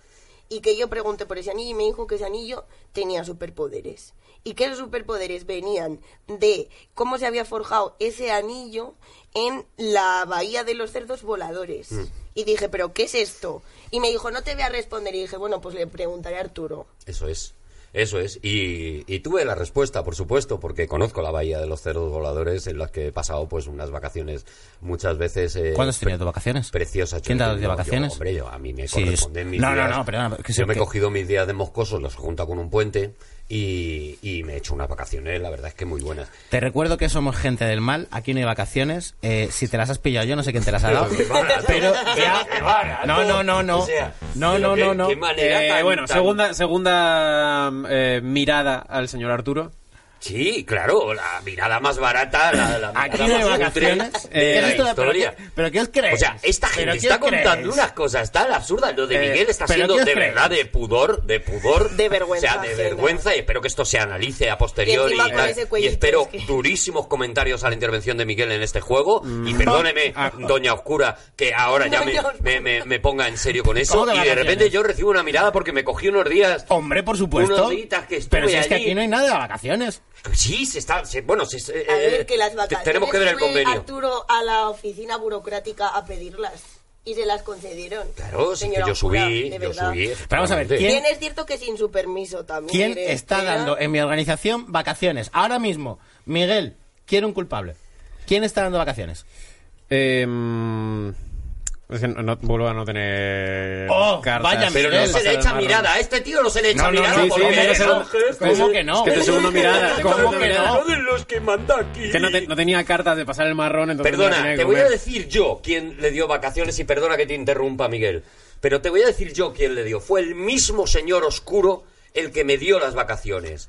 D: y que yo pregunté por ese anillo y me dijo que ese anillo tenía superpoderes. Y que esos superpoderes venían de cómo se había forjado ese anillo en la bahía de los cerdos voladores. Y dije, ¿pero qué es esto? Y me dijo, no te voy a responder. Y dije, bueno, pues le preguntaré a Arturo.
E: Eso es. Eso es. Y, y tuve la respuesta, por supuesto, porque conozco la bahía de los cerdos voladores en las que he pasado pues unas vacaciones muchas veces. eh,
A: ¿Cuándo has tenido tus vacaciones?
E: Preciosas. Yo
A: ¿Quién te ha dado
E: he
A: de
E: tenido-
A: vacaciones?
E: yo, hombre, yo- a mí me
A: Sí,
E: corresponden
A: es-
E: mis
A: no, no,
E: días.
A: no, perdona, que sí,
E: yo me he
A: que-
E: cogido mis días de moscosos, los junto con un puente y, y me he hecho unas vacaciones, la verdad es que muy buenas.
A: Te recuerdo que somos gente del mal, aquí no hay vacaciones. eh, si te las has pillado yo, no sé quién te las ha dado. Pero ya. No, no, no, no.
E: O sea,
A: No,
E: pero
A: no,
E: qué-
A: no, no.
E: qué manera
C: Eh,
E: tan-
C: bueno,
E: tan-
C: segunda, segunda eh, mirada al señor Arturo.
E: Sí, claro, la mirada más barata, la, la mirada
A: Aquí no hay
E: más cutre
A: vacaciones. eh,
E: de
A: ¿Qué es
E: la
A: esto de- pero
E: historia.
A: qué- ¿Pero qué os creéis?
E: O sea, esta
A: ¿Pero
E: gente
A: qué
E: está
A: os creéis?
E: contando unas cosas tan absurdas. Lo de
A: Eh,
E: Miguel está
A: ¿pero
E: siendo
A: qué
E: de
A: os creéis?
E: verdad de pudor, de pudor.
D: De vergüenza
E: O sea, de
D: ajena.
E: vergüenza. Y espero que esto se analice a
D: Y
E: posteriori.
D: encima
E: Y,
D: con
E: tal.
D: ese
E: Y
D: cuellito,
E: espero
D: es que-
E: durísimos comentarios a la intervención de Miguel en este juego.
A: Mm.
E: Y perdóneme,
A: Ah,
E: Doña Oscura, que ahora ya me,
D: Doña Oscura.
E: me- me- me ponga en serio con eso.
A: ¿Cómo que
E: Y de
A: vacaciones?
E: repente yo recibo una mirada porque me cogí unos días.
A: Hombre, por supuesto.
E: Unos días que estuve
A: Pero si es que
E: allí.
A: aquí no hay nada de vacaciones.
E: Sí, se está. se- bueno, se, se-
D: A
E: eh,
D: ver, que las
E: te-
D: vacaciones
E: Tenemos que ver el
D: fue
E: convenio.
D: Arturo a la oficina burocrática a pedirlas y se las concedieron.
E: Claro, sí, que
D: Señora
E: yo
D: Oscura,
E: subí,
D: de
E: yo
D: verdad.
E: subí.
A: Pero vamos a ver,
E: efectivamente.
A: ¿quién-
D: Bien, es cierto que sin su permiso también. ¿eh?
A: ¿Quién
D: eres,
A: está
D: pero-
A: dando Eh, en mi organización vacaciones? Ahora mismo, Miguel, quiero un culpable. ¿Quién está dando vacaciones?
C: Eh, mm, es que no, no- vuelvo a no tener
A: Oh,
C: cartas.
A: vaya
E: Pero no
A: Miguel.
E: se le echa mirada. A este tío no se le
A: No,
E: echa
A: no,
E: mirada
A: no, sí,
E: porque
A: sí,
E: es
A: pero
E: un
A: se-
E: gesto.
A: ¿Cómo que no?
C: Es que
E: este
C: te segunda mirada.
A: ¿Cómo
C: segunda
A: que
C: mirada.
A: no?
E: de los que manda aquí.
C: Que no, te- no tenía cartas de pasar el marrón, entonces me la
E: Perdona,
C: tenía que
E: te voy a
C: comer.
E: decir yo quién le dio vacaciones y perdona que te interrumpa, Miguel. Pero te voy a decir yo quién le dio. Fue el mismo señor oscuro el que me dio las vacaciones.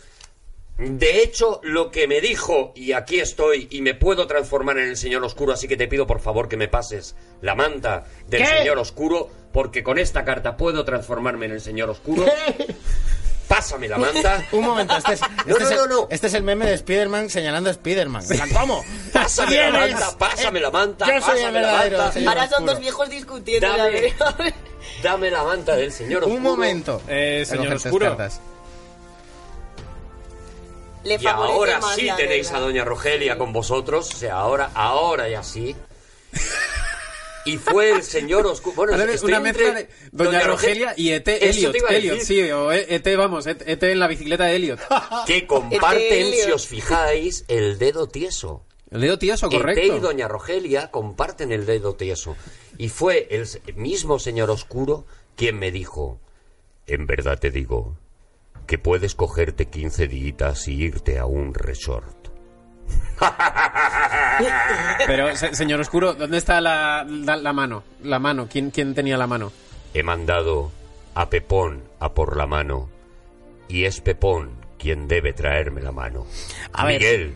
E: De hecho, lo que me dijo, y aquí estoy, y me puedo transformar en el señor oscuro, así que te pido por favor que me pases la manta del
A: ¿Qué?
E: señor oscuro, porque con esta carta puedo transformarme en el señor oscuro. Pásame la manta.
A: *laughs* Un momento, este es,
E: *laughs* No,
A: este es
E: no,
A: el,
E: no, no.
A: este es el meme de Spider-Man señalando a Spider-Man. En plan, ¿Cómo?
E: *laughs* Pásame la
A: ¿Quién es?
E: manta, pásame la manta,
A: Yo soy el
E: pásame la
A: verdadero
E: manta.
A: señor
D: Ahora son
A: oscuro.
D: dos viejos discutiendo.
E: Dame.
D: ya veré.
E: Dame la manta del señor oscuro.
A: Un momento.
C: Eh,
A: Recoger
C: señor
A: tus
C: oscuro.
A: cartas.
D: Le
E: Y ahora
D: favorece más
E: sí
D: la
E: tenéis a
D: verdad.
E: Doña Rogelia con vosotros. O sea, ahora, ahora ya sí. Y fue el señor oscuro. Bueno,
C: Parece
E: estoy
C: una
E: entre
C: mezcla de Doña, Rogelia y E.T.
E: Eso
C: Elliot.
E: te iba a
C: Elliot,
E: decir. Ah,
C: sí, o E- E.T. vamos, E.T. E.T. en la bicicleta
A: *laughs*
C: de Elliot.
E: Que comparten,
D: E Elliot.
E: si os fijáis, el dedo tieso.
C: El dedo tieso,
E: E.T. E y
C: correcto.
E: Doña Rogelia comparten el dedo tieso. Y fue el s- mismo señor oscuro quien me dijo, en verdad te digo, que puedes cogerte 15 días y irte a un resort.
C: Pero, se- señor Oscuro, ¿dónde está la, la, la mano? La mano, ¿quién, quién tenía la mano?
E: He mandado a Pepón a por la mano y es Pepón quien debe traerme la mano.
A: A ver.
E: Miguel,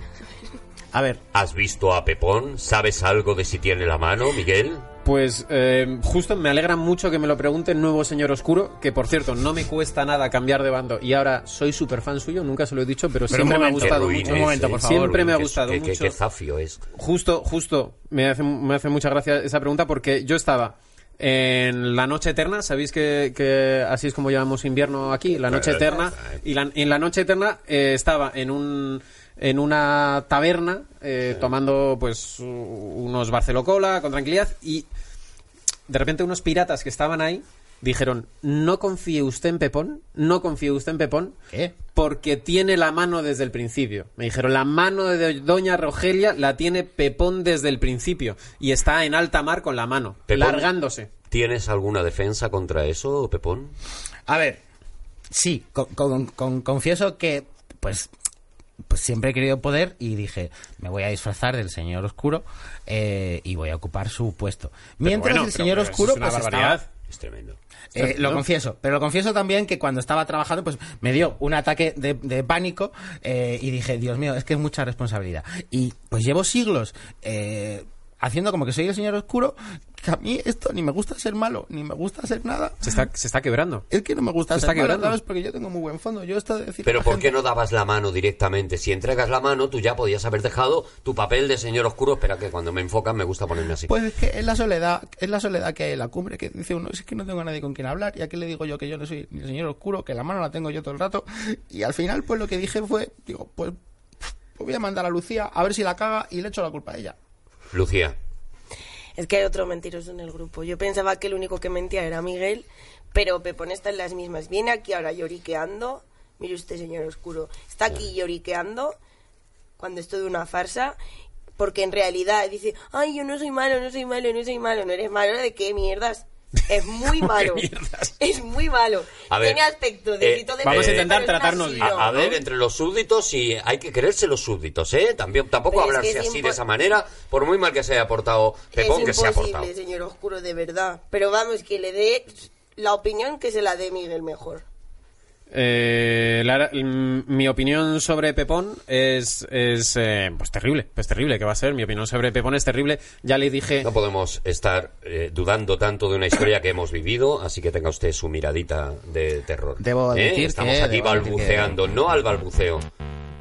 A: A ver,
E: ¿has visto a Pepón? ¿Sabes algo de si tiene la mano, Miguel?
C: Pues eh, justo me alegra mucho que me lo pregunte el nuevo señor oscuro, que por cierto no me cuesta nada cambiar de bando y ahora soy súper fan suyo, nunca se lo he dicho, pero,
A: un
C: siempre me ha
A: momento,
C: gustado
A: qué
C: mucho.
A: Un momento, por favor.
C: Siempre me ha
E: Qué-
C: gustado
E: qué- qué-
C: mucho.
E: qué zafio es.
C: Justo, justo, me hace, me hace mucha gracia esa pregunta porque yo estaba en la noche eterna, sabéis que, que así es como llamamos invierno aquí, la noche eterna, y la- en la noche eterna eh, estaba en un en una taberna eh, tomando pues u- unos barcelocola con tranquilidad y de repente unos piratas que estaban ahí dijeron no confíe usted en Pepón, no confíe usted en Pepón,
A: ¿Qué?
C: porque tiene la mano desde el principio. Me dijeron, la mano de Doña Rogelia la tiene Pepón desde el principio y está en alta mar con la mano,
E: Pepón.
C: largándose.
E: ¿Tienes alguna defensa contra eso, Pepón?
A: A ver, sí, con- con- con- confieso que pues, pues siempre he querido poder y dije, me voy a disfrazar del señor oscuro eh, y voy a ocupar su puesto. Mientras
C: bueno,
A: el
C: pero-
A: señor
C: pero eso
A: oscuro
C: es una
A: pues
C: barbaridad.
A: estaba-
E: Es tremendo.
A: eh, lo confieso, pero confieso también que cuando estaba trabajando, pues me dio un ataque de, de pánico eh, y dije, Dios mío, es que es mucha responsabilidad. Y pues llevo siglos eh, haciendo como que soy el señor oscuro, que a mí esto ni me gusta ser malo, ni me gusta hacer nada.
C: Se está, se está quebrando.
A: Es que no me gusta
C: Se está
A: ser malo,
C: quebrando.
A: ¿sabes? Porque yo tengo muy buen fondo. Yo esto de decir.
E: Pero ¿por qué no dabas la mano directamente? Si entregas la mano, tú ya podías haber dejado tu papel de señor oscuro. Espera que cuando me enfocan me gusta ponerme así.
A: Pues es que es la soledad, es la soledad que hay en la cumbre, que dice uno, es que no tengo a nadie con quien hablar, y aquí le digo yo que yo no soy ni el señor oscuro, que la mano la tengo yo todo el rato, y al final pues lo que dije fue, digo, pues, pues voy a mandar a Lucía a ver si la caga y le echo la culpa a ella.
E: Lucía,
D: Es que hay otro mentiroso en el grupo. Yo pensaba que el único que mentía era Miguel, pero Pepón está en las mismas. Viene aquí ahora lloriqueando. Mire usted, señor oscuro. Está aquí lloriqueando cuando es toda una farsa. Porque en realidad dice, ay, yo no soy malo, no soy malo, no soy malo. ¿No eres malo? ¿De qué mierdas? Es
E: *laughs*
D: muy malo. *laughs* es muy malo.
E: A ver,
D: Tiene aspecto de
E: eh,
D: grito de
E: vamos a
D: pero
C: intentar
D: es un
C: tratarnos
D: asilo.
C: bien.
E: a, a ver, entre los súbditos y hay que creerse los súbditos, ¿eh? También tampoco
D: Pero es
E: hablarse
D: que es
E: así
D: impo-
E: de esa manera, por muy mal que se haya portado Pepón, que
D: es
E: se ha portado.
D: imposible, señor oscuro, de verdad. Pero vamos, que le dé la opinión que se la dé Miguel mejor.
C: Eh, Lara, mm, mi opinión sobre Pepón es, es eh, pues terrible, pues terrible que va a ser. Mi opinión sobre Pepón es terrible. Ya le dije...
E: No podemos estar eh, dudando tanto de una historia que hemos vivido, así que tenga usted su miradita de terror.
A: Debo
E: ¿Eh?
A: admitir
E: Estamos
A: que-
E: aquí
A: debo admitir que-
E: balbuceando, no al balbuceo.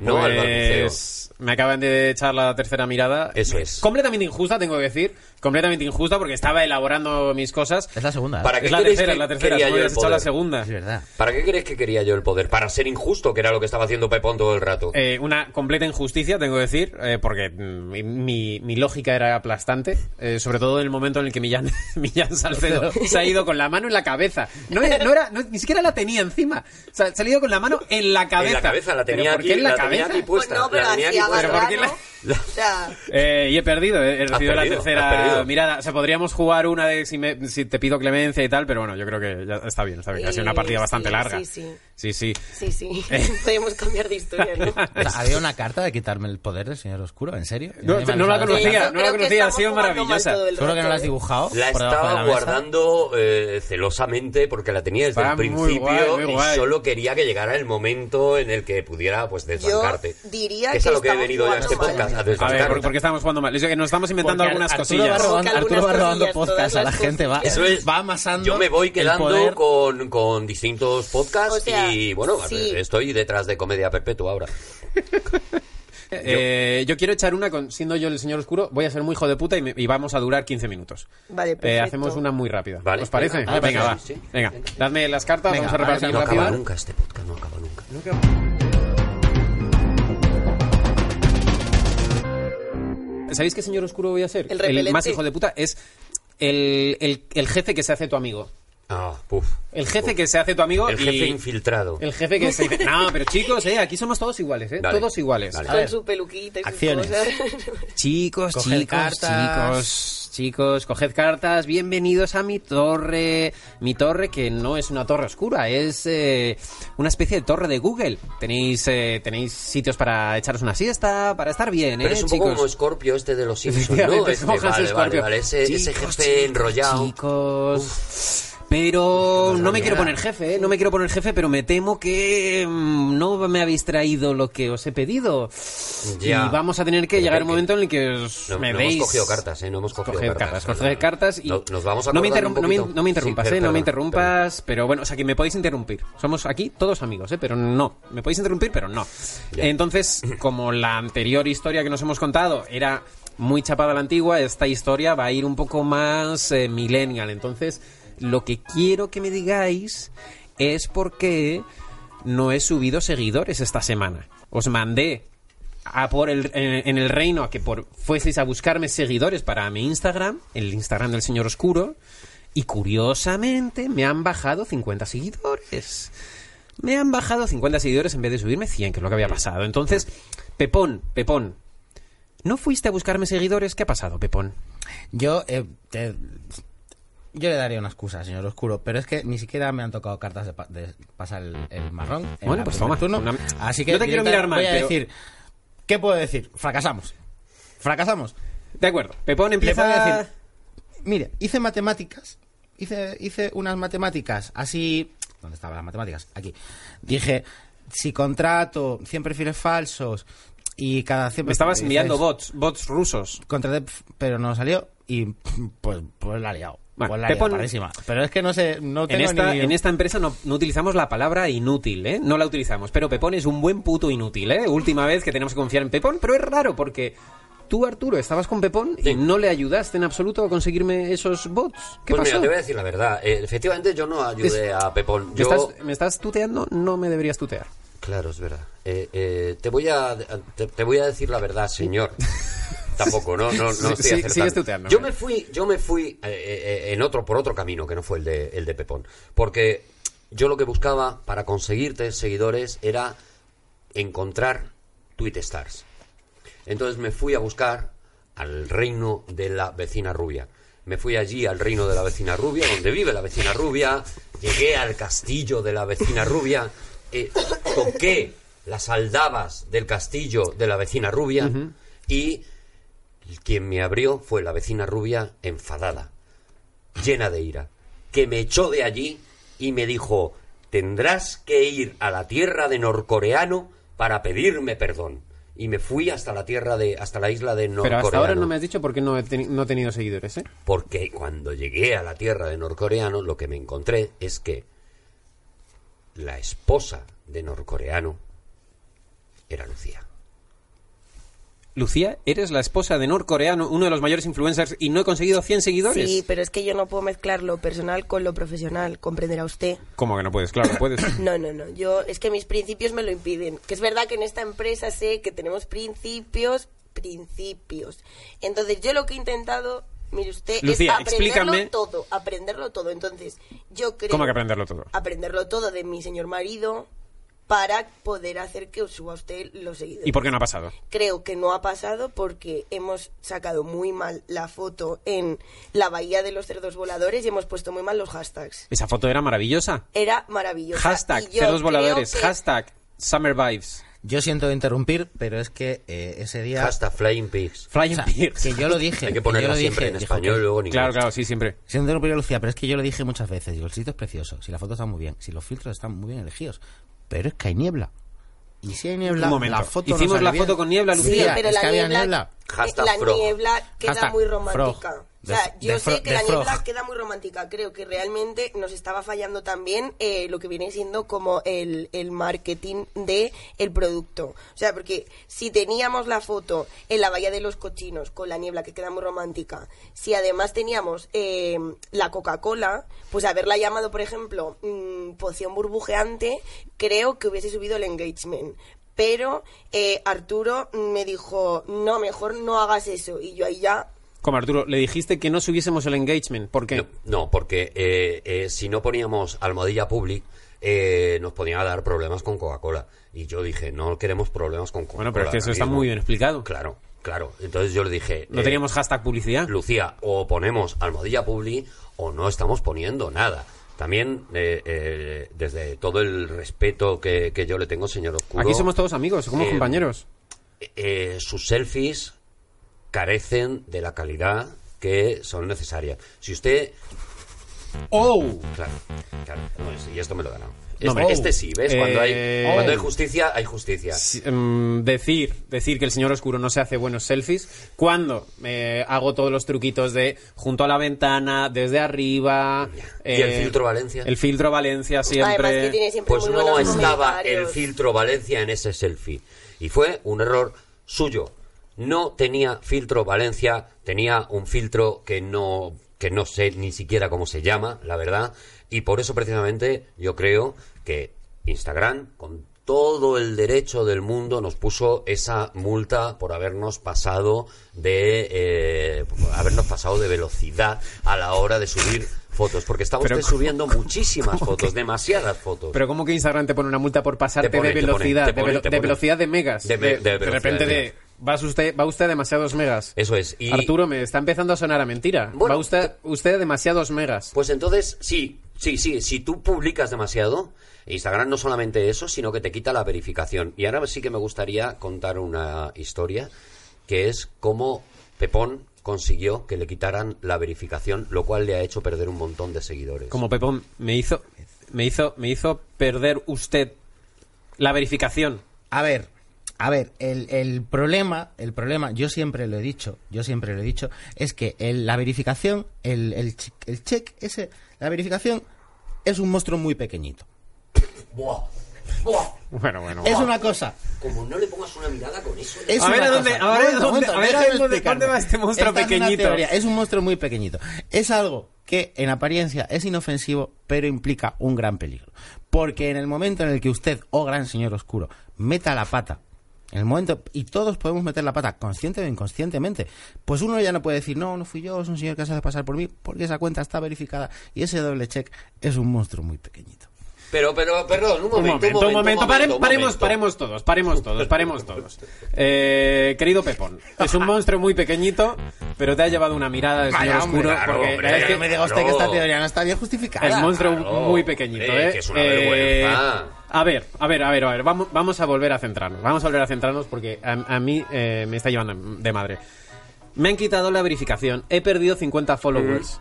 E: No al balbuceo.
C: Pues, Me acaban de echar la tercera mirada.
E: Eso es.
C: Completamente injusta, tengo que decir. Completamente injusta porque estaba elaborando mis cosas.
A: Es la segunda. ¿eh?
E: Para- qué
C: Es la
E: creéis
C: tercera,
E: que
C: la tercera.
E: quería
C: tú me
E: yo
C: habías
E: el
C: echado la
E: poder?
C: segunda.
A: Es verdad.
E: ¿Para qué crees que quería yo el poder? Para ser injusto, que era lo que estaba haciendo Pepón todo el rato.
C: Eh, una completa injusticia, tengo que decir, eh, porque mm, mi, mi- mi lógica era aplastante, eh, sobre todo en el momento en el que *laughs* Millán, Millán
E: *laughs*
C: Salcedo se ha ido con la mano en la cabeza. No, era- no era, no- ni siquiera la tenía encima. O sea, se ha ido con la mano en la cabeza.
E: en la cabeza, la
C: ¿Pero
E: tenía
C: por qué
E: aquí,
C: en la,
E: tenía
C: cabeza?
E: aquí puesta.
D: Pues no, pero
E: la tenía
D: así
E: aquí puesta.
D: agarrado.
C: Pero
D: O sea,
C: Eh, y he perdido, he, he recibido la
E: perdido, has
C: tercera
E: perdido.
C: mirada. O sea, podríamos jugar una de si, me- si te pido clemencia y tal, pero bueno, yo creo que ya está bien, está bien. que Ha sido una partida
D: Sí,
C: bastante
D: sí,
C: larga.
D: sí, sí.
C: sí. sí.
D: sí, sí. *laughs* Podemos cambiar de historia, ¿no?
A: O sea, había una carta de quitarme el poder del señor oscuro, ¿en serio?
C: No,
A: Nadie me
C: no
A: avisaba de
C: la
A: esa
C: conocía,
A: carta.
D: Yo
C: no la
D: creo que
C: conocía, ha
D: estamos
C: sido
D: jugando mal
C: maravillosa.
D: todo el
A: Seguro que no
D: rato,
A: la has
D: ¿eh?
A: dibujado.
E: La
A: por debajo de
E: estaba
A: la mesa.
E: guardando eh, celosamente porque la tenía desde
C: Está
E: el
C: muy
E: principio
C: guay, muy
E: y
C: guay.
E: solo quería que llegara el momento en el que pudiera pues desbancarte.
D: Yo diría
E: es a
D: que
E: lo que he
D: estamos
E: venido yo a
D: jugando
E: este
D: mal.
E: podcast, a
C: A ver,
E: desbancarte.
C: ¿por, por qué estamos jugando mal? Es que nos estamos inventando
A: Porque
C: algunas
A: Arturo
C: cosillas.
A: Va robando,
D: Algunas
A: Arturo va robando
D: cosillas, todas
A: podcasts a
D: las
A: la gente, va,
D: cosillas.
E: Eso es.
A: va amasando.
E: Yo me voy quedando
A: el poder.
E: con, con distintos podcasts
D: O sea,
E: y bueno,
D: sí.
E: estoy detrás de Comedia Perpetua ahora.
C: Eh, yo quiero echar una, con, siendo yo el señor oscuro, voy a ser muy hijo de puta y, me- y vamos a durar 15 minutos.
D: Vale,
C: Eh,
D: perfecto.
C: hacemos una muy rápida.
E: Vale,
C: ¿Os parece?
E: venga, vale,
C: venga,
E: vale,
C: va.
E: sí, sí.
C: Venga, dadme las cartas,
A: Venga,
C: vamos
A: vale,
C: a repartir
E: No acaba
C: rápido.
E: nunca este podcast, no acaba nunca. ¿eh?
C: ¿Sabéis qué señor oscuro voy a ser?
D: El repelente.
C: más hijo de puta es el, el- el jefe que se hace tu amigo.
E: Ah, puf.
C: El jefe que se hace tu amigo
E: El jefe
C: y-
E: infiltrado.
C: El jefe que se
E: *laughs*
C: dice, no, pero chicos, eh, aquí somos todos iguales, eh,
E: Dale,
C: todos iguales.
E: dale.
A: A
D: con
A: ver,
D: su peluquita y sus
A: acciones.
D: cosas.
C: Chicos,
A: Coged
C: chicos,
A: cartas.
C: chicos, chicos, coged cartas, bienvenidos a mi torre. Mi torre que no es una torre oscura, es eh, una especie de torre de Google. Tenéis eh, tenéis sitios para echaros una siesta, para estar bien,
E: Pero
C: eh,
E: es un poco
C: chicos.
E: como Scorpio este de los Simpsons, ¿no?
C: Efectivamente,
E: Este,
C: como Hans
E: vale, vale,
C: Scorpio.
E: vale. Ese, ese
C: Chicos,
E: jefe
C: chicos,
E: enrollado.
C: Chicos. Pero no me quiero poner jefe, ¿eh? no me quiero poner jefe, pero me temo que mm, no me habéis traído lo que os he pedido.
E: Ya.
C: Y vamos a tener que
E: Pero
C: llegar
E: que-
C: un momento en el que os
E: No,
C: me
E: no
C: deis.
E: hemos cogido cartas, ¿eh? No hemos cogido
C: Coged
E: cartas.
C: cartas, coged cartas y
E: No- nos vamos a
C: no me,
E: acordar un
C: interrum- no me-
E: poquito.
C: no me
E: Sí,
C: interrumpas,
E: per-
C: eh, no
E: perdona,
C: me interrumpas, pero bueno, o sea que me podéis interrumpir. Somos aquí todos amigos, eh, pero no, me podéis interrumpir, pero no.
E: Ya.
C: Entonces, como la anterior historia que nos hemos contado era muy chapada a la antigua, esta historia va a ir un poco más eh, millennial. Entonces, lo que quiero que me digáis es por qué no he subido seguidores esta semana. Os mandé a por el, en, en el reino a que por, fueseis a buscarme seguidores para mi Instagram, el Instagram del señor oscuro, y curiosamente me han bajado 50 seguidores. Me han bajado 50 seguidores en vez de subirme 100, que es lo que había pasado. Entonces, Pepón, Pepón, ¿no fuiste a buscarme seguidores? ¿Qué ha pasado, Pepón?
A: Yo, eh, te- yo le daría una excusa, señor Oscuro, pero es que ni siquiera me han tocado cartas de, pa- de pasar el, el marrón. en
C: Bueno,
A: la
C: pues
A: primera
C: toma,
A: turno.
C: una-
A: Así que
C: no te quiero
A: directamente
C: mirar mal,
A: Voy a
C: pero-
A: decir, ¿qué puedo decir? Fracasamos. Fracasamos.
C: De acuerdo, Pepón empieza
A: Le puedo decir, Mire, hice matemáticas, hice, hice unas matemáticas así... ¿Dónde estaban las matemáticas? Aquí. Dije, si contrato 100 perfiles falsos y cada 100
C: Me estabas
A: perfiles-
C: enviando bots, bots rusos.
A: contraté, pf, pero no salió y pues, pues la ha liado.
C: Bueno,
A: pues la ha
C: te
A: liado,
C: pon-
A: pardísima. Pero es que no sé, no
C: En
A: tengo
C: esta,
A: ni...
C: en esta empresa no, no utilizamos la palabra inútil, ¿eh? No la utilizamos. Pero Pepón es un buen puto inútil, ¿eh? Última vez que tenemos que confiar en Pepón, pero es raro porque tú, Arturo, estabas con Pepón y
E: Sí.
C: no le ayudaste en absoluto a conseguirme esos bots. ¿Qué
E: pues
C: pasó?
E: mira, te voy a decir la verdad. Eh, efectivamente, yo no ayudé a Pepón.
C: ¿Me
E: Yo...
C: estás- ¿Me estás tuteando? No me deberías tutear.
E: Claro, es verdad. Eh, eh, te, voy a, te, te voy a decir la
C: *laughs*
E: verdad, señor. Tampoco, no, no, no
C: Sí,
E: estoy
C: sí,
E: acertando.
C: sigues tuteando.
E: Yo me fui, yo me fui eh, eh, en otro, por otro camino que no fue el de, el de Pepón. Porque yo lo que buscaba para conseguirte seguidores era encontrar tweet stars. Entonces me fui a buscar al reino de la vecina rubia. Me fui allí al reino de la vecina rubia, donde vive la vecina rubia. Llegué al castillo de la vecina rubia. eh, toqué las aldabas del castillo de la vecina rubia. Y quien me abrió fue la vecina rubia enfadada, llena de ira, que me echó de allí y me dijo, tendrás que ir a la tierra de norcoreano para pedirme perdón. Y me fui hasta la tierra de, hasta la isla de
C: Pero
E: norcoreano.
C: hasta ahora no me has dicho por qué no he, teni- no he tenido seguidores, ¿eh?
E: Porque cuando llegué a la tierra de norcoreano, lo que me encontré es que la esposa de norcoreano era Lucía.
C: Lucía, eres la esposa de norcoreano, uno de los mayores influencers, y no he conseguido 100 seguidores.
D: Sí, pero es que yo no puedo mezclar lo personal con lo profesional, comprenderá usted.
C: ¿Cómo que no puedes? Claro,
D: *laughs*
C: puedes.
D: No, no, no. Yo es que mis principios me lo impiden. Que es verdad que en esta empresa sé que tenemos principios, principios. Entonces yo lo que he intentado, mire usted,
C: Lucía,
D: es aprenderlo
C: explícame.
D: todo, aprenderlo todo. Entonces yo creo
C: ¿Cómo que aprenderlo todo?
D: aprenderlo todo de mi señor marido para poder hacer que os suba a usted los seguidores.
C: ¿Y por qué no ha pasado?
D: Creo que no ha pasado porque hemos sacado muy mal la foto en la bahía de los cerdos voladores y hemos puesto muy mal los hashtags.
C: Esa foto era maravillosa.
D: Era maravilloso.
C: Hashtag cerdos voladores. Hashtag summer vibes.
A: Yo siento interrumpir, pero es que eh, ese día...
E: Hasta Flying Pigs.
A: O
C: Flying
A: sea,
C: Pigs.
A: que yo lo dije.
E: Hay que
A: yo
E: ponerla
A: lo
E: siempre
A: dije, dijo
E: en
A: que-
E: español, luego en
C: Claro,
E: inglés.
C: claro, sí, siempre.
A: Siento interrumpir a Lucía, pero es que yo lo dije muchas veces. Digo, el sitio es precioso, si la foto está muy bien, si los filtros están muy bien elegidos, pero es que hay niebla. Y si hay niebla,
C: Un momento.
A: la foto no
C: Hicimos
A: sale
C: la
A: bien.
C: foto con niebla,
A: Sí,
C: Lucía.
A: pero
D: pero
A: es
D: la
A: que había
D: niebla,
A: niebla.
E: Hashtag
D: la
E: frog.
D: niebla queda
A: Hashtag
D: muy romántica.
A: frog.
D: O sea,
A: De-
D: yo
A: de
D: sé
A: frog-
D: que
A: de
D: la niebla
A: frog.
D: queda muy romántica. Creo que realmente nos estaba fallando también eh, lo que viene siendo como el, el marketing de el producto. O sea, porque si teníamos la foto en la Bahía de los Cochinos con la niebla que queda muy romántica, si además teníamos eh, la Coca-Cola, pues haberla llamado, por ejemplo, mm, poción burbujeante, creo que hubiese subido el engagement. Pero eh, Arturo me dijo, no, mejor no hagas eso. Y yo ahí ya
C: Como Arturo, le dijiste que no subiésemos el engagement. ¿Por qué?
E: No, no, porque eh, eh, si no poníamos almohadilla public, eh, nos podían dar problemas con Coca-Cola. Y yo dije, no queremos problemas con Coca-Cola.
C: Bueno, pero es que eso
E: ahora
C: está
E: mismo.
C: muy bien explicado.
E: Claro, claro. Entonces yo le dije,
C: No
E: eh,
C: teníamos hashtag publicidad.
E: Lucía, o ponemos almohadilla publi o no estamos poniendo nada. También, eh, eh, desde todo el respeto que, que yo le tengo, señor Oscuro,
C: Aquí somos todos amigos, somos
E: Eh,
C: compañeros.
E: eh, sus selfies carecen de la calidad que son necesarias. Si usted
C: ¡Oh!
E: Claro, claro. no, es- y esto me lo he ganado.
C: No,
E: Este,
C: no.
E: este sí, ¿ves?
C: Eh,
E: Cuando, hay, cuando hay
C: oh.
E: justicia, hay justicia.
C: Sí, mm, decir, decir que el señor oscuro no se hace buenos selfies cuando eh, hago todos los truquitos de junto a la ventana, desde arriba. eh,
E: ¿Y el filtro Valencia?
C: El filtro Valencia siempre.
D: Además que tiene siempre
E: Pues
D: muy
E: no
D: buenos
E: estaba el
D: comentarios.
E: filtro Valencia en ese selfie. Y fue un error suyo. No tenía filtro Valencia, tenía un filtro que no, que no sé ni siquiera cómo se llama, la verdad. Y por eso precisamente yo creo que Instagram, con todo el derecho del mundo, nos puso esa multa por habernos pasado de eh, por habernos pasado de velocidad a la hora de subir fotos, porque está
C: Pero
E: usted
C: ¿cómo-
E: subiendo muchísimas fotos, demasiadas fotos.
C: Pero ¿cómo que Instagram te pone una multa por pasarte
E: Te pone,
C: de
E: te pone,
C: velocidad,
E: te
C: de,
E: pone,
C: velo-
E: te
C: de
E: pone.
C: velocidad de megas?
E: De me- de velocidad
C: repente
E: de
C: de...
E: megas.
C: Vas usted, va usted a demasiados megas.
E: Eso es. Y-
C: Arturo, me está empezando a sonar a mentira.
E: Bueno,
C: va usted, usted a demasiados megas.
E: Pues entonces, sí, sí, sí, si tú publicas demasiado, Instagram no solamente eso, sino que te quita la verificación. Y ahora sí que me gustaría contar una historia, que es cómo Pepón consiguió que le quitaran la verificación, lo cual le ha hecho perder un montón de seguidores.
C: Como Pepón, me hizo, me hizo, me hizo perder usted la verificación.
A: A ver, a ver, el, el problema, el problema, yo siempre lo he dicho, yo siempre lo he dicho, es que el- la verificación, el, el, ch- el check, ese, la verificación es un monstruo muy pequeñito.
E: ¡Buah! ¡Buah!
C: Bueno, bueno.
A: Es una cosa.
E: Como no le pongas una mirada con eso... ¿eh?
A: Es
C: A ver
A: una
C: a dónde-
A: cosa.
C: a ver
A: Momento,
C: dónde-
A: momento,
C: a ver
A: déjame
C: dónde- dónde
A: explicarme.
C: va este monstruo
A: Esta es una
C: pequeñito.
A: teoría, Es un monstruo muy pequeñito. Es algo que en apariencia es inofensivo, pero implica un gran peligro. Porque en el momento en el que usted, oh gran señor oscuro, meta la pata, en el momento, y todos podemos meter la pata, consciente o inconscientemente, pues uno ya no puede decir, no, no fui yo, es un señor que se hace pasar por mí, porque esa cuenta está verificada y ese doble check es un monstruo muy pequeñito.
E: Pero, pero, perdón, un
C: Un
E: momento,
C: momento, un momento, Pare-
E: un
C: paremos,
E: momento.
C: paremos todos, paremos todos, paremos todos. Eh, querido Pepón, es un monstruo muy pequeñito, pero te ha llevado una mirada de señor
A: Vaya, hombre,
C: oscuro
E: claro,
C: porque
E: hombre,
C: la verdad es
A: que
C: que
A: me diga usted que esta
E: claro.
A: teoría no está bien justificada.
C: El monstruo
E: claro,
C: muy pequeñito,
E: hombre,
C: ¿eh?
E: que es una
C: Eh,
E: vergüenza.
C: A ver, a ver, a ver, a ver. Vamos, vamos a volver a centrarnos. Vamos a volver a centrarnos porque a, a mí eh, me está llevando de madre. Me han quitado la verificación. He perdido 50 followers.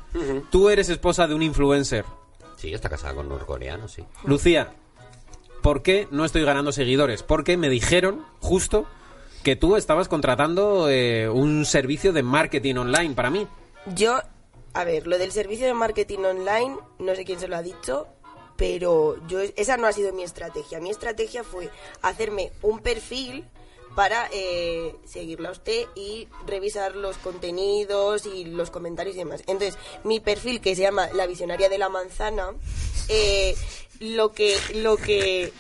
C: Tú eres esposa de un influencer.
E: Sí, está casada con norcoreano, sí.
C: Lucía, ¿por qué no estoy ganando seguidores? Porque me dijeron, justo, que tú estabas contratando eh, un servicio de marketing online para mí.
D: Yo, a ver, lo del servicio de marketing online, no sé quién se lo ha dicho, pero yo esa no ha sido mi estrategia. Mi estrategia fue hacerme un perfil para eh, seguirla a usted y revisar los contenidos y los comentarios y demás. Entonces, mi perfil que se llama La Visionaria de la Manzana, eh, lo que, lo que,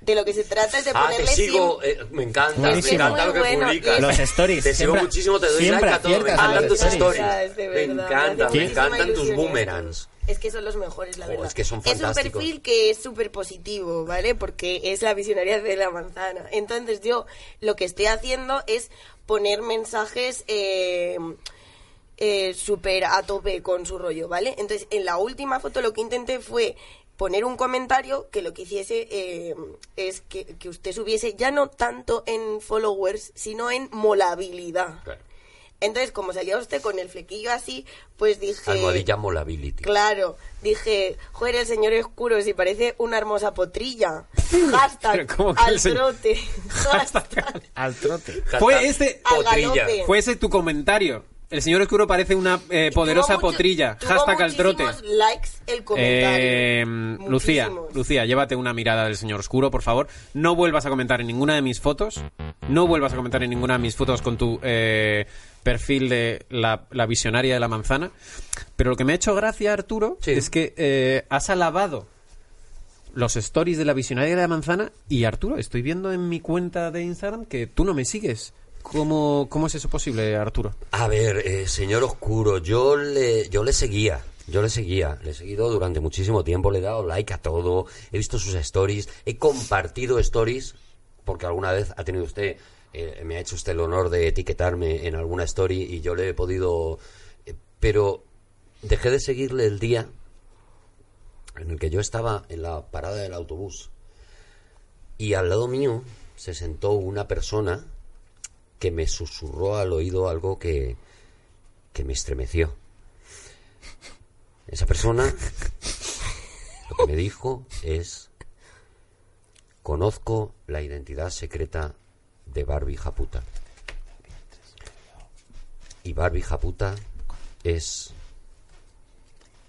D: de lo que se trata es de
E: Ah, te
D: ponerle
E: sigo,
D: sim-
E: eh, me encanta, me
A: Buenísimo.
E: encanta lo que
D: Es muy bueno,
E: publicas.
D: y-
A: Los stories,
E: Te sigo
A: siempre-
E: muchísimo, te doy
A: siempre
E: like a todo, me
A: aciertas a los
E: encantan tus
A: stories.
E: stories.
D: De
E: Me
D: verdad,
E: encantan,
D: hace
E: me
D: muchísima
E: encantan tus
D: ilusión esto.
E: boomerangs.
D: Es que son los mejores, la
E: Jo,
D: verdad.
E: es que son
D: Es un
E: fantásticos.
D: perfil que es súper positivo, ¿vale? Porque es la visionaria de la manzana. Entonces yo lo que estoy haciendo es poner mensajes... Eh, eh, súper a tope con su rollo, ¿vale? Entonces, en la última foto lo que intenté fue poner un comentario que lo que hiciese eh, es que, que usted subiese ya no tanto en followers, sino en molabilidad.
E: Claro.
D: Entonces, como salía usted con el flequillo así, pues dije...
E: Almohadilla molability.
D: Claro, dije, joder, el señor es oscuro, si parece una hermosa potrilla.
C: *laughs*
D: Hashtag
C: Pero ¿cómo que el
D: al
C: señor- *laughs*
D: trote. Hashtag.
A: Al trote.
E: Hashtag
C: Fue este-
E: Potrilla.
D: Al galope.
C: Fue ese tu comentario. El señor Oscuro parece una eh, poderosa
D: Tuvo mucho-
C: potrilla.
D: tuvo
C: Hashtag al trote.
D: muchísimos likes el comentario.
C: Eh, Lucía,
D: Muchísimos.
C: Lucía, llévate una mirada del señor oscuro, por favor. No vuelvas a comentar en ninguna de mis fotos. No vuelvas a comentar en ninguna de mis fotos con tu eh, perfil de la, la visionaria de la manzana. Pero lo que me ha hecho gracia, Arturo,
E: Sí.
C: es que eh, has alabado los stories de la visionaria de la manzana. Y Arturo, estoy viendo en mi cuenta de Instagram que tú no me sigues. ¿Cómo, cómo es eso posible, Arturo?
E: A ver, eh, señor Oscuro, yo le, yo le seguía. Yo le seguía, le he seguido durante muchísimo tiempo, le he dado like a todo, he visto sus stories, he compartido stories, porque alguna vez ha tenido usted, eh, me ha hecho usted el honor de etiquetarme en alguna story y yo le he podido... eh, pero dejé de seguirle el día en el que yo estaba en la parada del autobús y al lado mío se sentó una persona que me susurró al oído algo que, que me estremeció. Esa persona lo que me dijo es, conozco la identidad secreta de Barbie Japuta. Y Barbie Japuta es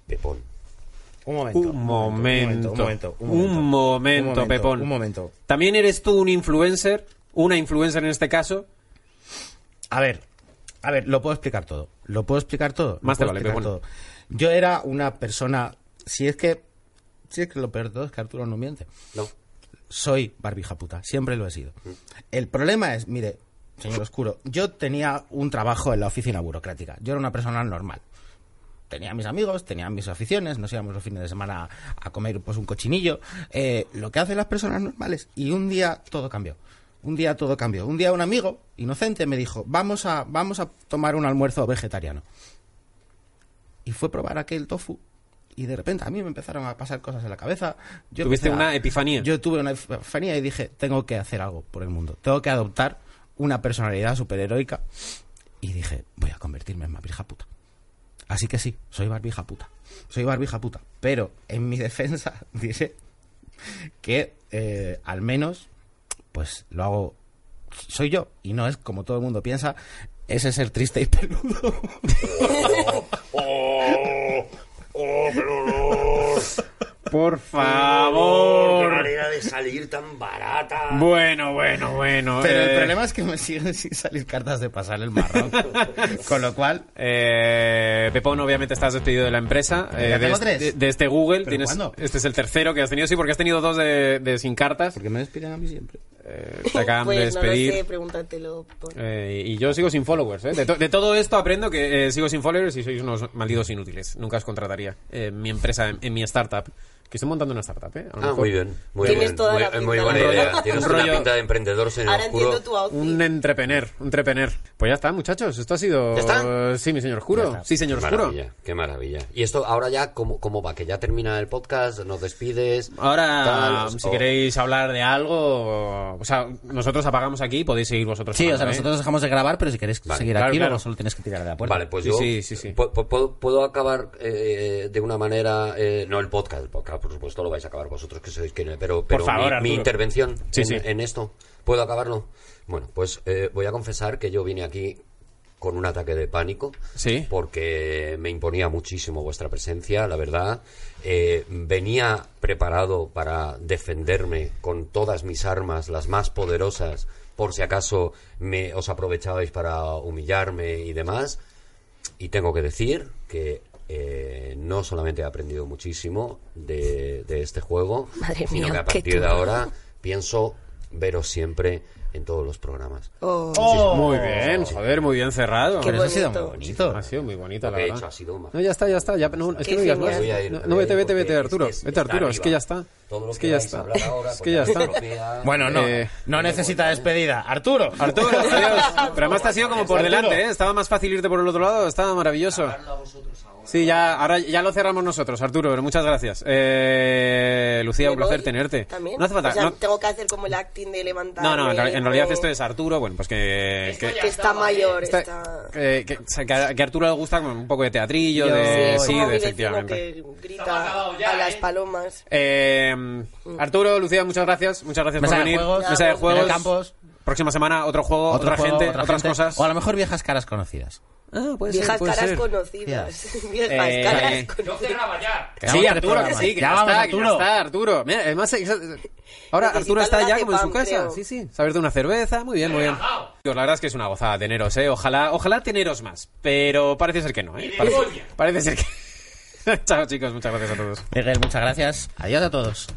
E: Pepón.
F: Un momento.
C: Un momento.
F: Un momento.
C: Un momento, Pepón.
F: Un momento.
C: ¿También eres tú un influencer? Una influencer en este caso.
F: A ver, a ver, lo puedo explicar todo. Lo puedo explicar todo. lo
C: Más te
F: puedo
C: vale,
F: explicar
C: Pepón.
F: todo. Yo era una persona. Si es que. Si es que lo peor de todo es que Arturo no miente.
E: No.
F: soy barbija puta, siempre lo he sido. El problema es, mire, señor Oscuro, yo tenía un trabajo en la oficina burocrática, yo era una persona normal. Tenía mis amigos, tenía mis aficiones, nos íbamos los fines de semana a comer pues, un cochinillo, eh, lo que hacen las personas normales. Y un día todo cambió, un día todo cambió. Un día un amigo inocente me dijo, vamos a, vamos a tomar un almuerzo vegetariano. Y fue probar aquel tofu y de repente a mí me empezaron a pasar cosas en la cabeza. Yo
C: Tuviste
F: empecé a-
C: una epifanía.
F: yo tuve una epifanía y dije, tengo que hacer algo por el mundo. Tengo que adoptar una personalidad superheroica. Y dije, voy a convertirme en barbija puta. Así que sí, soy barbija puta. Soy barbija puta. Pero en mi *laughs* defensa diré que eh, al menos pues lo hago... Soy yo. Y no es como todo el mundo piensa ese ser triste y peludo.
C: Por
E: ¡Qué
C: favor.
E: manera de salir tan barata!
C: Bueno, bueno, bueno.
F: Pero el
C: eh,
F: problema es que me siguen sin salir cartas de pasar el marrón. Con lo cual...
C: Eh, Pepón, obviamente estás despedido de la empresa. eh,
F: ¿Ya
C: de,
F: tengo
C: este-
F: tres?
C: de- de este Google.
F: ¿Pero
C: Tienes,
F: cuándo?
C: este es el tercero que has tenido, sí, porque has tenido dos de, de sin cartas.
F: Porque me despiden a mí siempre.
C: eh, te acaban de
D: Pues no lo
C: despedir.
D: sé, pregúntatelo. por-
C: Eh, y yo sigo sin followers. ¿eh? De, to- de todo esto aprendo que eh, sigo sin followers y sois unos malditos inútiles. Nunca os contrataría eh, en mi empresa, en, en mi startup. Que estoy montando una startup, ¿eh? A lo
E: Ah,
C: mejor
E: muy bien, muy
D: Tienes
E: bien.
D: toda
E: muy,
D: la pinta,
E: muy
D: la
E: buena
C: verdad.
E: idea. Tienes
C: Un
E: una
C: rollo-
E: pinta de emprendedor, señor
D: Ahora
E: oscuro.
D: entiendo tu outfit.
C: Un entrepener, un entrepener. Pues ya está, muchachos. Esto ha sido.
E: ¿Ya está?
C: Sí, mi señor
F: Ya
C: Oscuro.
F: está.
C: Sí, señor
E: Qué
C: Oscuro.
E: maravilla, qué maravilla. Y esto ahora ya, ¿cómo, cómo va? Que ya termina el podcast, nos despides.
C: Ahora,
E: tal, oh.
C: si
E: o-
C: queréis hablar de algo, o sea, nosotros apagamos aquí, podéis seguir vosotros.
F: Sí, o sea,
C: hablando, ¿eh?
F: nosotros dejamos de grabar, pero si queréis
E: Vale,
F: seguir
C: claro,
F: aquí,
C: claro.
F: luego solo tenéis que tirar de la puerta.
E: Vale, pues
C: Sí,
E: yo
C: sí, sí, sí.
E: pu- pu- puedo, puedo acabar eh, de una manera, eh, no el podcast, el podcast por supuesto lo vais a acabar vosotros que sois quienes, pero, pero
C: favor,
E: mi- mi,
C: Arturo.
E: intervención
C: Sí,
E: en,
C: sí.
E: en esto, ¿puedo acabarlo? Bueno, pues eh, voy a confesar que yo vine aquí con un ataque de pánico,
C: Sí.
E: porque me imponía muchísimo vuestra presencia, la verdad. Eh, venía preparado para defenderme con todas mis armas, las más poderosas, por si acaso me os aprovechabais para humillarme y demás. Y tengo que decir que eh, no solamente he aprendido muchísimo de, de este juego,
D: Madre mía,
E: sino que a
D: qué
E: partir de
D: turno.
E: ahora pienso veros siempre en todos los programas.
D: Oh,
C: Muy bien, joder, muy bien cerrado.
D: Qué
F: Pero eso ha sido muy
D: bonito.
F: bonito.
C: Ha sido muy bonita,
E: Lo
C: la
E: que he
C: verdad.
E: hecho ha sido más.
C: No, ya está, ya está. Ya, no, es que
D: Qué
C: no digas
D: genial.
C: más.
D: Voy a
E: ir,
C: No,
E: me
C: no,
E: voy a
C: vete,
E: ir,
C: vete,
E: porque
C: vete,
E: es
C: Arturo.
E: que es-
C: Vete,
E: está
C: Arturo. Es
E: arriba.
C: que ya está.
E: Todo lo
C: Es
E: que
C: que ya
E: vais a
C: está.
E: hablar ahora,
C: Es
E: pues
C: que ya está.
E: ya lo vea.
F: Bueno, no,
C: Eh,
F: no necesita despedida. Arturo.
E: *laughs*
C: Arturo, adiós. Pero además te ha sido como por
F: Arturo.
C: delante, ¿eh? Estaba más fácil irte por el otro lado. Estaba maravilloso. Sí, ya, ahora ya lo cerramos nosotros, Arturo. pero Muchas gracias. Eh, Lucía,
D: ¿Me
C: un placer
D: voy?
C: tenerte.
D: También.
C: No hace falta.
D: O sea,
C: no-
D: tengo que hacer como el acting de levantar.
C: No, no, en real- en realidad esto es Arturo, bueno, pues que... que-
D: Que está mayor,
C: está-
D: está.
C: que- que- o sea, que a que a Arturo le gusta como un poco de teatrillo, de...
D: es
C: Sí,
D: como
C: de-
D: mi vecino
C: efectivamente.
D: que grita a las palomas.
C: Eh,
D: Mm.
C: Arturo, Lucía, muchas gracias. Muchas gracias
F: Mesa
C: por
F: de
C: venir.
F: juegos.
C: Mesa de
F: Miguel
C: juegos.
F: Campos.
C: Próxima semana otro juego,
F: Otro
C: otra
F: juego,
C: gente,
F: otra
C: otras
F: gente.
C: cosas.
F: O a lo mejor viejas caras conocidas.
C: Ah, puede ser,
D: Viejas
C: puede
D: caras
C: ser.
D: conocidas. *laughs* Viejas
C: Eh,
D: caras
C: eh.
D: conocidas.
C: Que sí,
F: Quedamos tres
C: Arturo, que
F: programas.
C: sí, que
F: Ya
C: ya,
F: vamos,
C: está, que ya
F: Arturo.
C: está, Arturo. Mira, además, exa- ahora
D: Necesita
C: Arturo está
D: la
C: ya
D: de
C: como en su
D: pan,
C: casa.
D: creo.
C: Sí, sí. Saberte una cerveza, muy bien, muy bien. Dios, Pues la verdad es que es una gozada teneros, ¿eh? Ojalá, ojalá teneros más, pero parece ser que no, ¿eh? *laughs* Parece, parece ser que... Chao, chicos, muchas gracias a todos.
F: Miguel, muchas gracias. Adiós a todos.